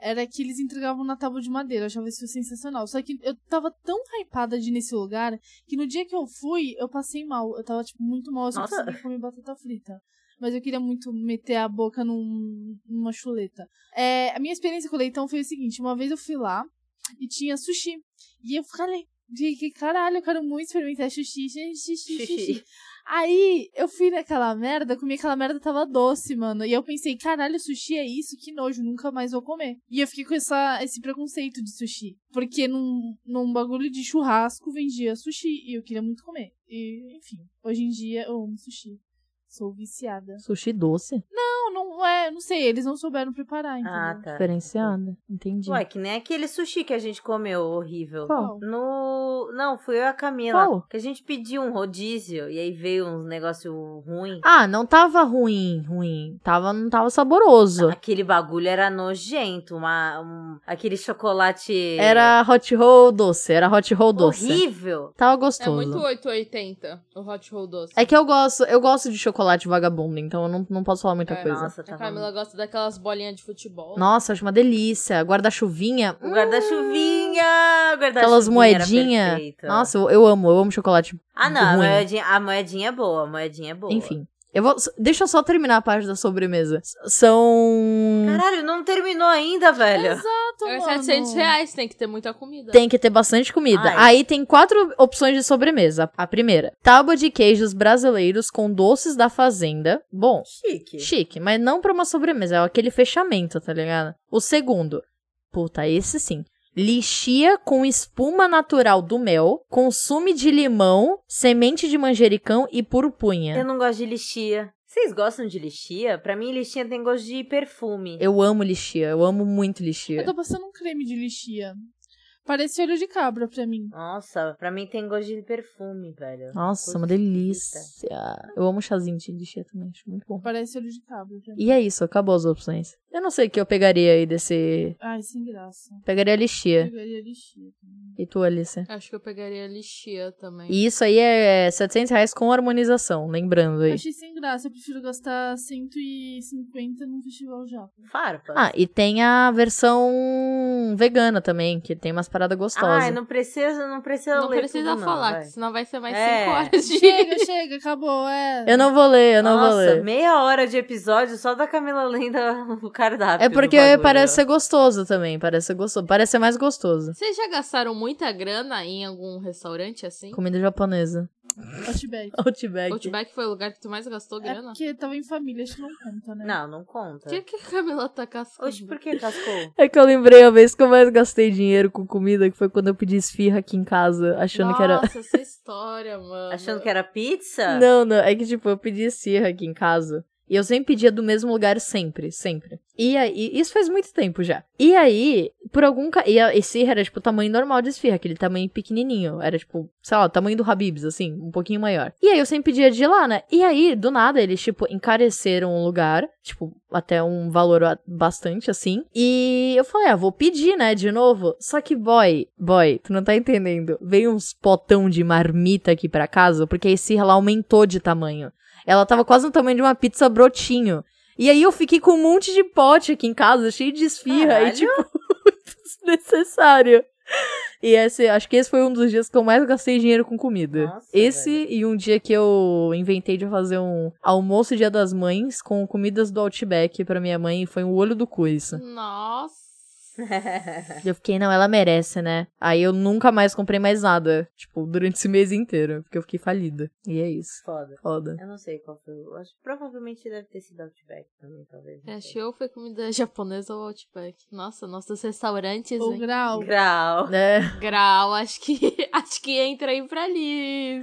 Speaker 3: era que eles entregavam na tábua de madeira. Eu achava isso sensacional. Só que eu tava tão hypada de ir nesse lugar que no dia que eu fui, eu passei mal. Eu tava, tipo, muito mal, eu só
Speaker 5: Nossa.
Speaker 3: consegui comer batata frita. Mas eu queria muito meter a boca num- numa chuleta. É, a minha experiência com o leitão foi o seguinte: uma vez eu fui lá e tinha sushi. E eu falei, fiquei, caralho, eu quero muito experimentar sushi, gente, sushi, sushi. Aí eu fui naquela merda, comi aquela merda, tava doce, mano. E eu pensei, caralho, sushi é isso? Que nojo, nunca mais vou comer. E eu fiquei com essa, esse preconceito de sushi. Porque num, num bagulho de churrasco vendia sushi e eu queria muito comer. E, enfim, hoje em dia eu amo sushi. Sou viciada.
Speaker 1: Sushi doce?
Speaker 3: Não, não é, não sei, eles não souberam preparar, entendeu?
Speaker 5: Ah, tá.
Speaker 1: Diferenciada. Entendi.
Speaker 5: Ué, que nem aquele sushi que a gente comeu, horrível.
Speaker 1: Qual?
Speaker 5: No. Não, fui eu e a Camila.
Speaker 1: Qual?
Speaker 5: Que a gente pediu um rodízio e aí veio uns negócio ruim.
Speaker 1: Ah, não tava ruim, ruim. Tava, não tava saboroso.
Speaker 5: Aquele bagulho era nojento, uma, um- aquele chocolate
Speaker 1: Era hot roll doce, era hot roll doce.
Speaker 5: é. horrível.
Speaker 1: Tava
Speaker 6: É muito
Speaker 1: gostoso.
Speaker 6: 880 o hot roll doce.
Speaker 1: É, que eu gosto, eu gosto de chocolate vagabundo, então eu não, não posso falar muita
Speaker 6: É,
Speaker 1: coisa. Nossa.
Speaker 5: Nossa,
Speaker 3: tá
Speaker 6: A
Speaker 5: tava.
Speaker 6: Camila gosta daquelas bolinhas de futebol.
Speaker 1: acho uma delícia. Guarda-chuvinha.
Speaker 5: O
Speaker 1: hum,
Speaker 5: guarda-chuvinha, o guarda-chuvinha.
Speaker 1: aquelas
Speaker 5: era
Speaker 1: moedinhas.
Speaker 5: perfeito.
Speaker 1: Hum. Nossa, eu, eu amo, eu amo chocolate.
Speaker 5: Ah, não, a
Speaker 1: ruim.
Speaker 5: moedinha, a moedinha é boa, a moedinha é boa.
Speaker 1: Enfim. Eu vou, deixa eu só terminar a parte da sobremesa. S- São.
Speaker 5: Caralho, não terminou ainda, velho.
Speaker 3: Exato,
Speaker 6: É
Speaker 3: mano.
Speaker 6: 700 reais, tem que ter muita comida.
Speaker 1: Tem que ter bastante comida.
Speaker 5: Ai.
Speaker 1: Aí tem quatro opções de sobremesa. A primeira: tábua de queijos brasileiros com doces da fazenda. Bom,
Speaker 5: Chique.
Speaker 1: chique, mas não pra uma sobremesa, é aquele fechamento, tá ligado? O segundo: puta, esse sim. Lixia com espuma natural do mel, consumo de limão, semente de manjericão e purupunha.
Speaker 5: Eu não gosto de lixia. Vocês gostam de lixia? Pra mim, lixia tem gosto de perfume.
Speaker 1: Eu amo lixia, eu amo muito lixia.
Speaker 3: Eu tô passando um creme de lixia. Parece olho de cabra pra mim.
Speaker 5: Nossa, pra mim tem gosto de perfume, velho.
Speaker 1: Nossa, uma
Speaker 5: Gosto de
Speaker 1: delícia.
Speaker 5: lixia.
Speaker 1: Eu amo chazinho de lixia também, acho muito bom.
Speaker 3: Parece olho de cabra pra mim.
Speaker 1: E é isso, acabou as opções. Eu não sei o que eu pegaria aí desse.
Speaker 3: Ai, sem graça.
Speaker 1: Pegaria a lixia.
Speaker 3: Pegaria lixia.
Speaker 5: Hum.
Speaker 1: E tu, Alice?
Speaker 6: Acho que eu pegaria lixia também.
Speaker 1: E isso aí é 700 reais com harmonização, lembrando aí.
Speaker 3: Achei sem graça, eu prefiro gastar 150 num festival já.
Speaker 5: Farpas.
Speaker 1: Ah, e tem a versão vegana também, que tem umas paradas
Speaker 5: Ai,
Speaker 1: gostosas.
Speaker 5: não precisa, não precisa
Speaker 3: Então,
Speaker 6: Não
Speaker 5: ler
Speaker 6: precisa
Speaker 5: tudo, não,
Speaker 6: falar,
Speaker 5: vai.
Speaker 6: que senão vai ser mais
Speaker 5: É.
Speaker 6: 5 horas de.
Speaker 3: Chega, chega, acabou, é.
Speaker 1: Eu não vou ler, eu não vou
Speaker 5: Nossa,
Speaker 1: ler.
Speaker 5: meia hora de episódio só da Camila lendo <laughs> o cardápio.
Speaker 1: É
Speaker 5: do
Speaker 1: porque
Speaker 5: bagulho.
Speaker 1: parece ser gostoso também, parece ser gostoso. Parece ser mais gostoso.
Speaker 6: Vocês já gastaram muita grana em algum restaurante assim?
Speaker 1: Comida japonesa. <laughs>
Speaker 3: Outback.
Speaker 1: Outback.
Speaker 6: Outback foi o lugar que tu mais gastou
Speaker 3: É
Speaker 6: grana?
Speaker 3: porque tava em família, acho que não conta, né?
Speaker 5: Não, não
Speaker 6: Por
Speaker 5: conta.
Speaker 1: Tipo,
Speaker 6: que, <laughs> que a Camila tá cascando?
Speaker 5: Oxe, por que cascou?
Speaker 1: <laughs> É que eu lembrei a vez que eu mais gastei dinheiro com comida, que foi quando eu pedi esfirra aqui em casa, achando
Speaker 6: Nossa,
Speaker 1: que era
Speaker 6: essa história, mano.
Speaker 5: Achando que era pizza?
Speaker 1: Não, não. É que, tipo, eu pedi esfirra aqui em casa. E eu sempre pedia do mesmo lugar, sempre, sempre. E aí, isso faz muito tempo já. E aí, por algum. Ca... E a esfirra era, tipo, o tamanho normal de esfirra, aquele tamanho pequenininho. Era, tipo, sei lá, o tamanho do Habibs, assim, um pouquinho maior. E aí eu sempre pedia de lá, né? E aí, do nada, eles, tipo, encareceram o lugar, tipo, até um valor a- bastante, assim. E eu falei, ah, vou pedir, né, de novo. Só que, boy, boy, tu não tá entendendo. Veio uns potão de marmita aqui pra casa, porque a esfirra lá aumentou de tamanho. Ela tava quase no tamanho de uma pizza brotinho. E aí eu fiquei com um monte de pote aqui em casa, cheio de esfirra. E,
Speaker 5: Caralho!
Speaker 1: tipo, <laughs> muito desnecessário. E esse, acho que esse foi um dos dias que eu mais gastei dinheiro com comida.
Speaker 5: Nossa,
Speaker 1: esse
Speaker 5: velho.
Speaker 1: e um dia que eu inventei de fazer um almoço Dia das Mães com comidas do Outback pra minha mãe. e Foi um olho do cu isso.
Speaker 6: Nossa.
Speaker 5: É.
Speaker 1: E eu fiquei, não, ela merece, né? Aí eu nunca mais comprei mais nada. Tipo, durante esse mês inteiro. Porque eu fiquei falida. E é isso.
Speaker 5: <laughs> Foda.
Speaker 1: Foda.
Speaker 5: Eu não sei qual foi. Eu acho que provavelmente deve ter sido Outback também, talvez. não
Speaker 6: É,
Speaker 5: sei.
Speaker 6: show foi comida japonesa ou Outback. Nossa, nossos restaurantes,
Speaker 3: O
Speaker 6: hein?
Speaker 3: grau.
Speaker 5: Grau.
Speaker 1: Né? <laughs>
Speaker 6: Grau, acho que <laughs> acho que entra aí pra ali.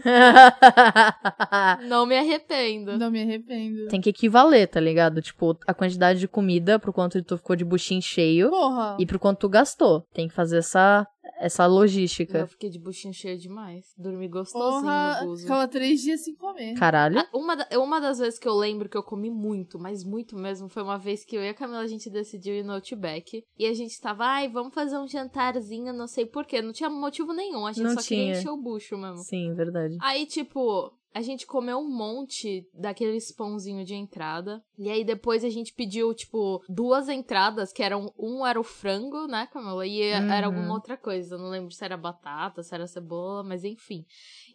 Speaker 6: Não me arrependo.
Speaker 3: Não me arrependo.
Speaker 1: Tem que equivaler, tá ligado? Tipo, a quantidade de comida pro quanto tu ficou de buchinho cheio.
Speaker 3: Porra.
Speaker 1: e por quanto tu gastou. Tem que fazer essa, essa logística.
Speaker 6: Eu fiquei de buchinha cheia demais. Dormi gostosinho
Speaker 3: Porra,
Speaker 6: assim, no Guzo.
Speaker 3: ficava três dias sem comer.
Speaker 1: Caralho.
Speaker 6: Ah, Uma, da- uma das vezes que eu lembro que eu comi muito, mas muito mesmo, foi uma vez que eu e a Camila a gente decidiu ir no Outback. E a gente tava, ai, vamos fazer um jantarzinho, não sei porquê. Não tinha motivo nenhum, a gente
Speaker 1: Não
Speaker 6: só queria
Speaker 1: tinha.
Speaker 6: encher o bucho mesmo.
Speaker 1: Sim, verdade.
Speaker 6: Aí, tipo, a gente comeu um monte daqueles pãozinho de entrada. E aí depois a gente pediu, tipo, duas entradas, que eram um era o frango, né, Camila? E era
Speaker 1: Uhum.
Speaker 6: alguma outra coisa. Eu não lembro se era batata, se era cebola, mas enfim.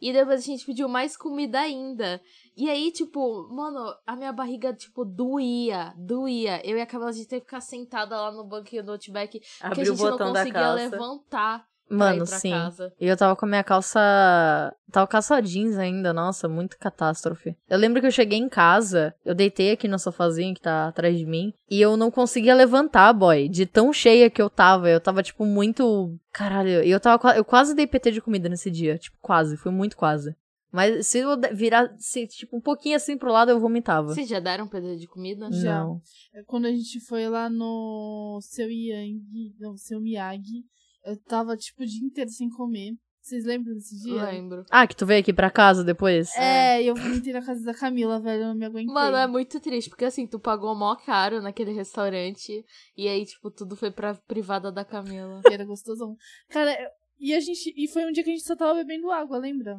Speaker 6: E depois a gente pediu mais comida ainda. E aí, tipo, mano, a minha barriga, tipo, doía, doía. Eu e a Camila, a gente teve que ficar sentada lá no banquinho do Outback, porque a
Speaker 5: Abriu o
Speaker 6: gente não
Speaker 5: botão da
Speaker 6: conseguia
Speaker 5: calça.
Speaker 6: levantar pra
Speaker 1: Mano,
Speaker 6: ir pra
Speaker 1: sim.
Speaker 6: casa.
Speaker 1: E eu tava com a minha calça. Tava calça jeans ainda, nossa, muito catástrofe. Eu lembro que eu cheguei em casa, eu deitei aqui no sofazinho que tá atrás de mim, e eu não conseguia levantar, boy, de tão cheia que eu tava. Eu tava, tipo, muito. Caralho, e eu tava. qua- Eu quase dei PT de comida nesse dia, tipo, quase, foi muito quase. Mas se eu de- virasse, tipo, um pouquinho assim pro lado, eu vomitava.
Speaker 6: Vocês já deram pedaço de comida?
Speaker 3: Já.
Speaker 1: Não.
Speaker 3: Quando a gente foi lá no seu Yang, não, seu Miyagi, eu tava tipo o dia inteiro sem comer. Vocês lembram desse dia?
Speaker 6: Lembro.
Speaker 1: Ah, que tu veio aqui pra casa depois?
Speaker 3: É, eu vomitei na casa da Camila, velho, eu não me aguentei.
Speaker 6: Mano, é muito triste, porque assim, tu pagou mó caro naquele restaurante e aí, tipo, tudo foi pra privada da Camila.
Speaker 3: Era gostosão. Cara, eu- e a gente. E foi um dia que a gente só tava bebendo água, lembra?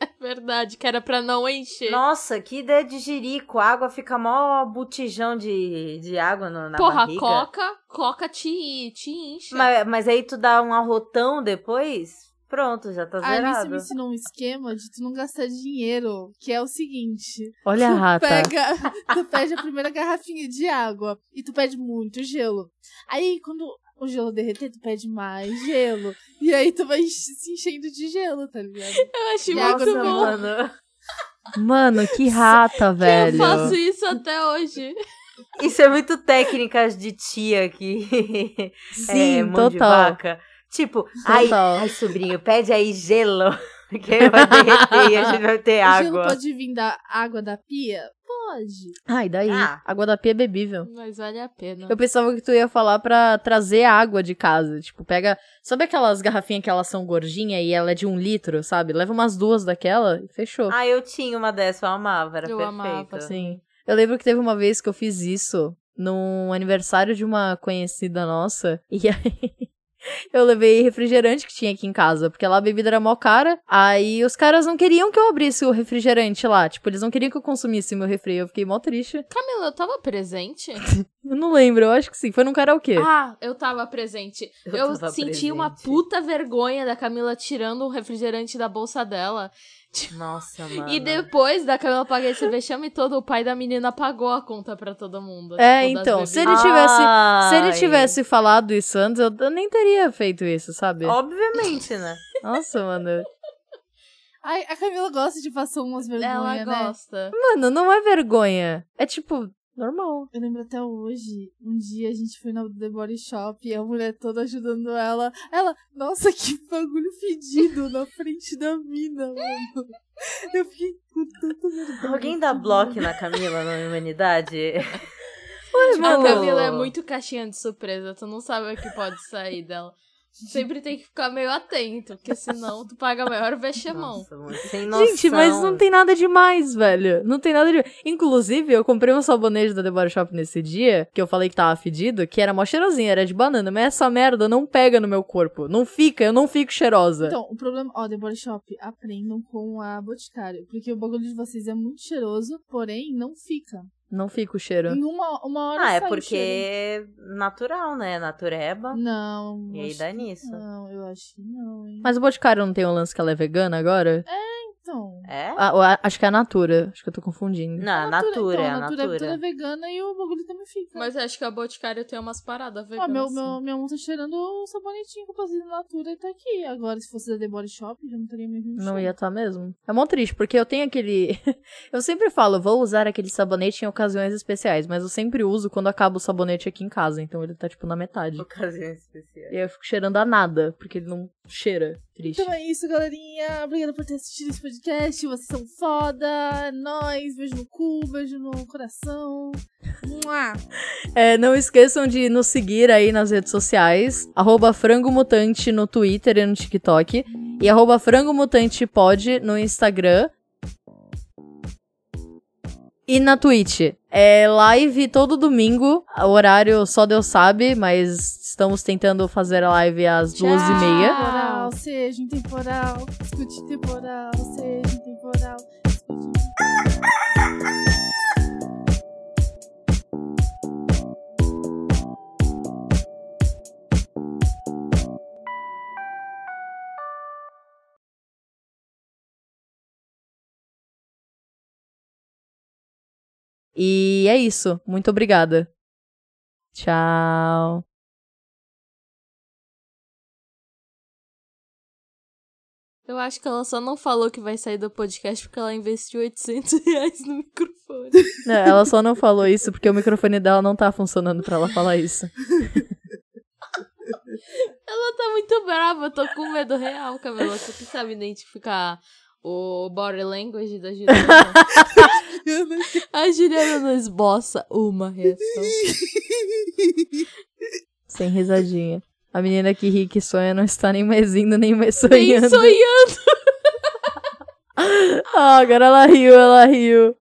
Speaker 6: É <laughs> verdade, que era pra não encher.
Speaker 5: Nossa, que ideia de jirico. A água fica mó botijão de, de água no- na
Speaker 6: Porra,
Speaker 5: barriga.
Speaker 6: coca, coca te, te enche.
Speaker 5: Mas, mas aí tu dá um arrotão depois, pronto, já tá
Speaker 6: Ah,
Speaker 3: A Alice me
Speaker 5: zerado.
Speaker 3: ensinou um esquema de tu não gastar dinheiro, que é o seguinte. <laughs>
Speaker 1: Olha a
Speaker 5: Ah, tá.
Speaker 1: rata.
Speaker 3: Pega, tu pede a primeira garrafinha de água e tu pede muito gelo. Aí, quando o gelo derreter, tu pede mais gelo. E aí tu vai enche- se enchendo de gelo, tá ligado?
Speaker 6: Eu achei
Speaker 3: E água
Speaker 6: muito
Speaker 5: Nossa,
Speaker 3: também.
Speaker 6: bom.
Speaker 5: mano.
Speaker 1: Mano, que
Speaker 3: <laughs>
Speaker 1: rata,
Speaker 6: Eu
Speaker 1: velho.
Speaker 6: faço isso até hoje.
Speaker 5: Isso é muito técnicas de
Speaker 6: <laughs>
Speaker 5: tia que
Speaker 1: Sim,
Speaker 5: é mão de
Speaker 1: total.
Speaker 5: vaca. Tipo, ai,
Speaker 1: Total.
Speaker 5: ai, sobrinho, pede aí gelo. <laughs> Porque vai derreter e a gente vai ter
Speaker 3: O gelo
Speaker 5: água.
Speaker 3: pode vir da água da pia? Pode.
Speaker 1: Ai, daí.
Speaker 5: Ah.
Speaker 1: Água da pia é bebível.
Speaker 6: Mas vale a pena.
Speaker 1: Eu pensava que tu ia falar pra trazer água de casa. Tipo, pega. Sabe aquelas garrafinhas que elas são gordinhas e ela é de um litro, sabe? Leva umas duas daquela e fechou.
Speaker 5: Ah, tá. eu tinha uma dessa, eu amava, era
Speaker 6: Eu
Speaker 5: perfeito.
Speaker 6: amava,
Speaker 1: Sim. Eu lembro que teve uma vez que eu fiz isso num aniversário de uma conhecida nossa. <laughs> E aí. Eu levei refrigerante que tinha aqui em casa, porque lá a bebida era mó cara. Aí os caras não queriam que eu abrisse o refrigerante lá. Tipo, eles não queriam que eu consumisse meu refri. Eu fiquei mó triste.
Speaker 6: Camila, eu tava presente?
Speaker 1: Eu não lembro, eu acho que sim. Foi num karaokê.
Speaker 6: Ah, eu tava presente.
Speaker 5: Eu
Speaker 6: Eu,
Speaker 5: tava
Speaker 6: senti uma
Speaker 5: presente.
Speaker 6: puta vergonha da Camila tirando o refrigerante da bolsa dela.
Speaker 5: Nossa, mano.
Speaker 6: E depois da Camila pagar esse vexame todo, o pai da menina pagou a conta pra todo mundo.
Speaker 1: É,
Speaker 6: tipo, das
Speaker 1: então, se ele
Speaker 6: bebidas.
Speaker 1: tivesse- Se ele
Speaker 5: Ai.
Speaker 1: tivesse falado isso antes, eu eu nem teria feito isso, sabe?
Speaker 5: Obviamente, né?
Speaker 1: Nossa, mano.
Speaker 3: Ai, a Camila gosta de passar umas vergonhas,
Speaker 6: Ah, Ela
Speaker 3: né?
Speaker 6: gosta.
Speaker 1: Mano, não é vergonha. É tipo, normal.
Speaker 3: Eu lembro até hoje, um dia a gente foi no The Body Shop e a mulher toda ajudando ela. Ela, nossa, que bagulho fedido na frente da mina, mano. Eu fiquei com tanta vergonha.
Speaker 5: Alguém dá bloco na Camila na humanidade? Tipo,
Speaker 1: Mas,
Speaker 6: A
Speaker 1: mano,
Speaker 6: Camila é muito caixinha de surpresa, tu não sabe o que pode sair dela. Sempre tem que ficar meio atento, porque senão tu paga a maior vexamão.
Speaker 5: Nossa, mano, sem noção.
Speaker 1: gente, mas não tem nada demais, velho. Não tem nada de. Inclusive, eu comprei um sabonete da The Body Shop nesse dia, que eu falei que tava fedido, que era mó cheirosinho, era de banana, mas essa merda não pega no meu corpo. Não fica, eu não fico cheirosa.
Speaker 3: Então, o problema, ó, The Body Shop, aprendam com a Boticário, porque o bagulho de vocês é muito cheiroso, porém não fica.
Speaker 1: Não fica o cheiro.
Speaker 3: Em uma, uma hora
Speaker 5: Ah, é
Speaker 3: sai o
Speaker 5: porque
Speaker 3: cheiro.
Speaker 5: é natural, né? Natureba.
Speaker 3: Não.
Speaker 5: E aí
Speaker 3: acho
Speaker 5: dá
Speaker 3: que
Speaker 5: nisso.
Speaker 3: Não, eu acho que não, hein.
Speaker 1: Mas o Boticário não tem um lance que ela é vegana agora?
Speaker 3: Então.
Speaker 5: É?
Speaker 1: Ah, eu a- acho que é a Natura. Acho que eu tô confundindo.
Speaker 5: Não, é natura, é
Speaker 3: então,
Speaker 5: a
Speaker 3: natura é toda
Speaker 5: natura.
Speaker 3: vegana e o bagulho também fica.
Speaker 6: Mas acho que a Boticário tem umas paradas
Speaker 3: Ó,
Speaker 1: Ah,
Speaker 6: veganas.
Speaker 3: meu,
Speaker 6: assim.
Speaker 3: meu, minha mão tá cheirando o sabonetinho que eu passei na Natura e tá aqui. Agora, se fosse da The Body Shop, já não teria mesmo
Speaker 1: Não
Speaker 3: cheiro.
Speaker 1: ia estar mesmo. É mó triste, porque eu tenho aquele. <laughs> eu sempre falo, vou usar aquele sabonete em ocasiões especiais, mas eu sempre uso quando acaba o sabonete aqui em casa, então ele tá tipo na metade.
Speaker 5: Ocasião especial.
Speaker 1: E aí eu fico cheirando a nada, porque ele não cheira. Triste.
Speaker 3: Então é isso, galerinha. Obrigada por ter assistido esse podcast. podcast, vocês são foda, é nóis, beijo no cu, beijo no coração. Mua.
Speaker 1: É, não esqueçam de nos seguir aí nas redes sociais, arroba frangomutante no Twitter e no TikTok, e arroba frangomutantepod no Instagram e na Twitch. É live todo domingo, o horário só Deus sabe, mas estamos tentando fazer a live às duas e meia.
Speaker 3: Temporal, seja intemporal, escute temporal, seja um intemporal.
Speaker 1: E é isso. Muito obrigada. Tchau.
Speaker 6: Eu acho que ela só não falou que vai sair do podcast porque ela investiu 800 reais no microfone.
Speaker 1: Não, ela só não falou isso porque o microfone dela não tá funcionando pra ela falar isso.
Speaker 6: Ela tá muito brava, eu tô com medo real, Camila. Você que sabe identificar o body language da Juliana. A Juliana não esboça uma reação.
Speaker 1: Sem risadinha. A menina que ri que sonha não está nem mais indo, nem mais
Speaker 6: Nem
Speaker 1: sonhando.
Speaker 6: sonhando.
Speaker 1: Ah, agora ela riu, ela riu.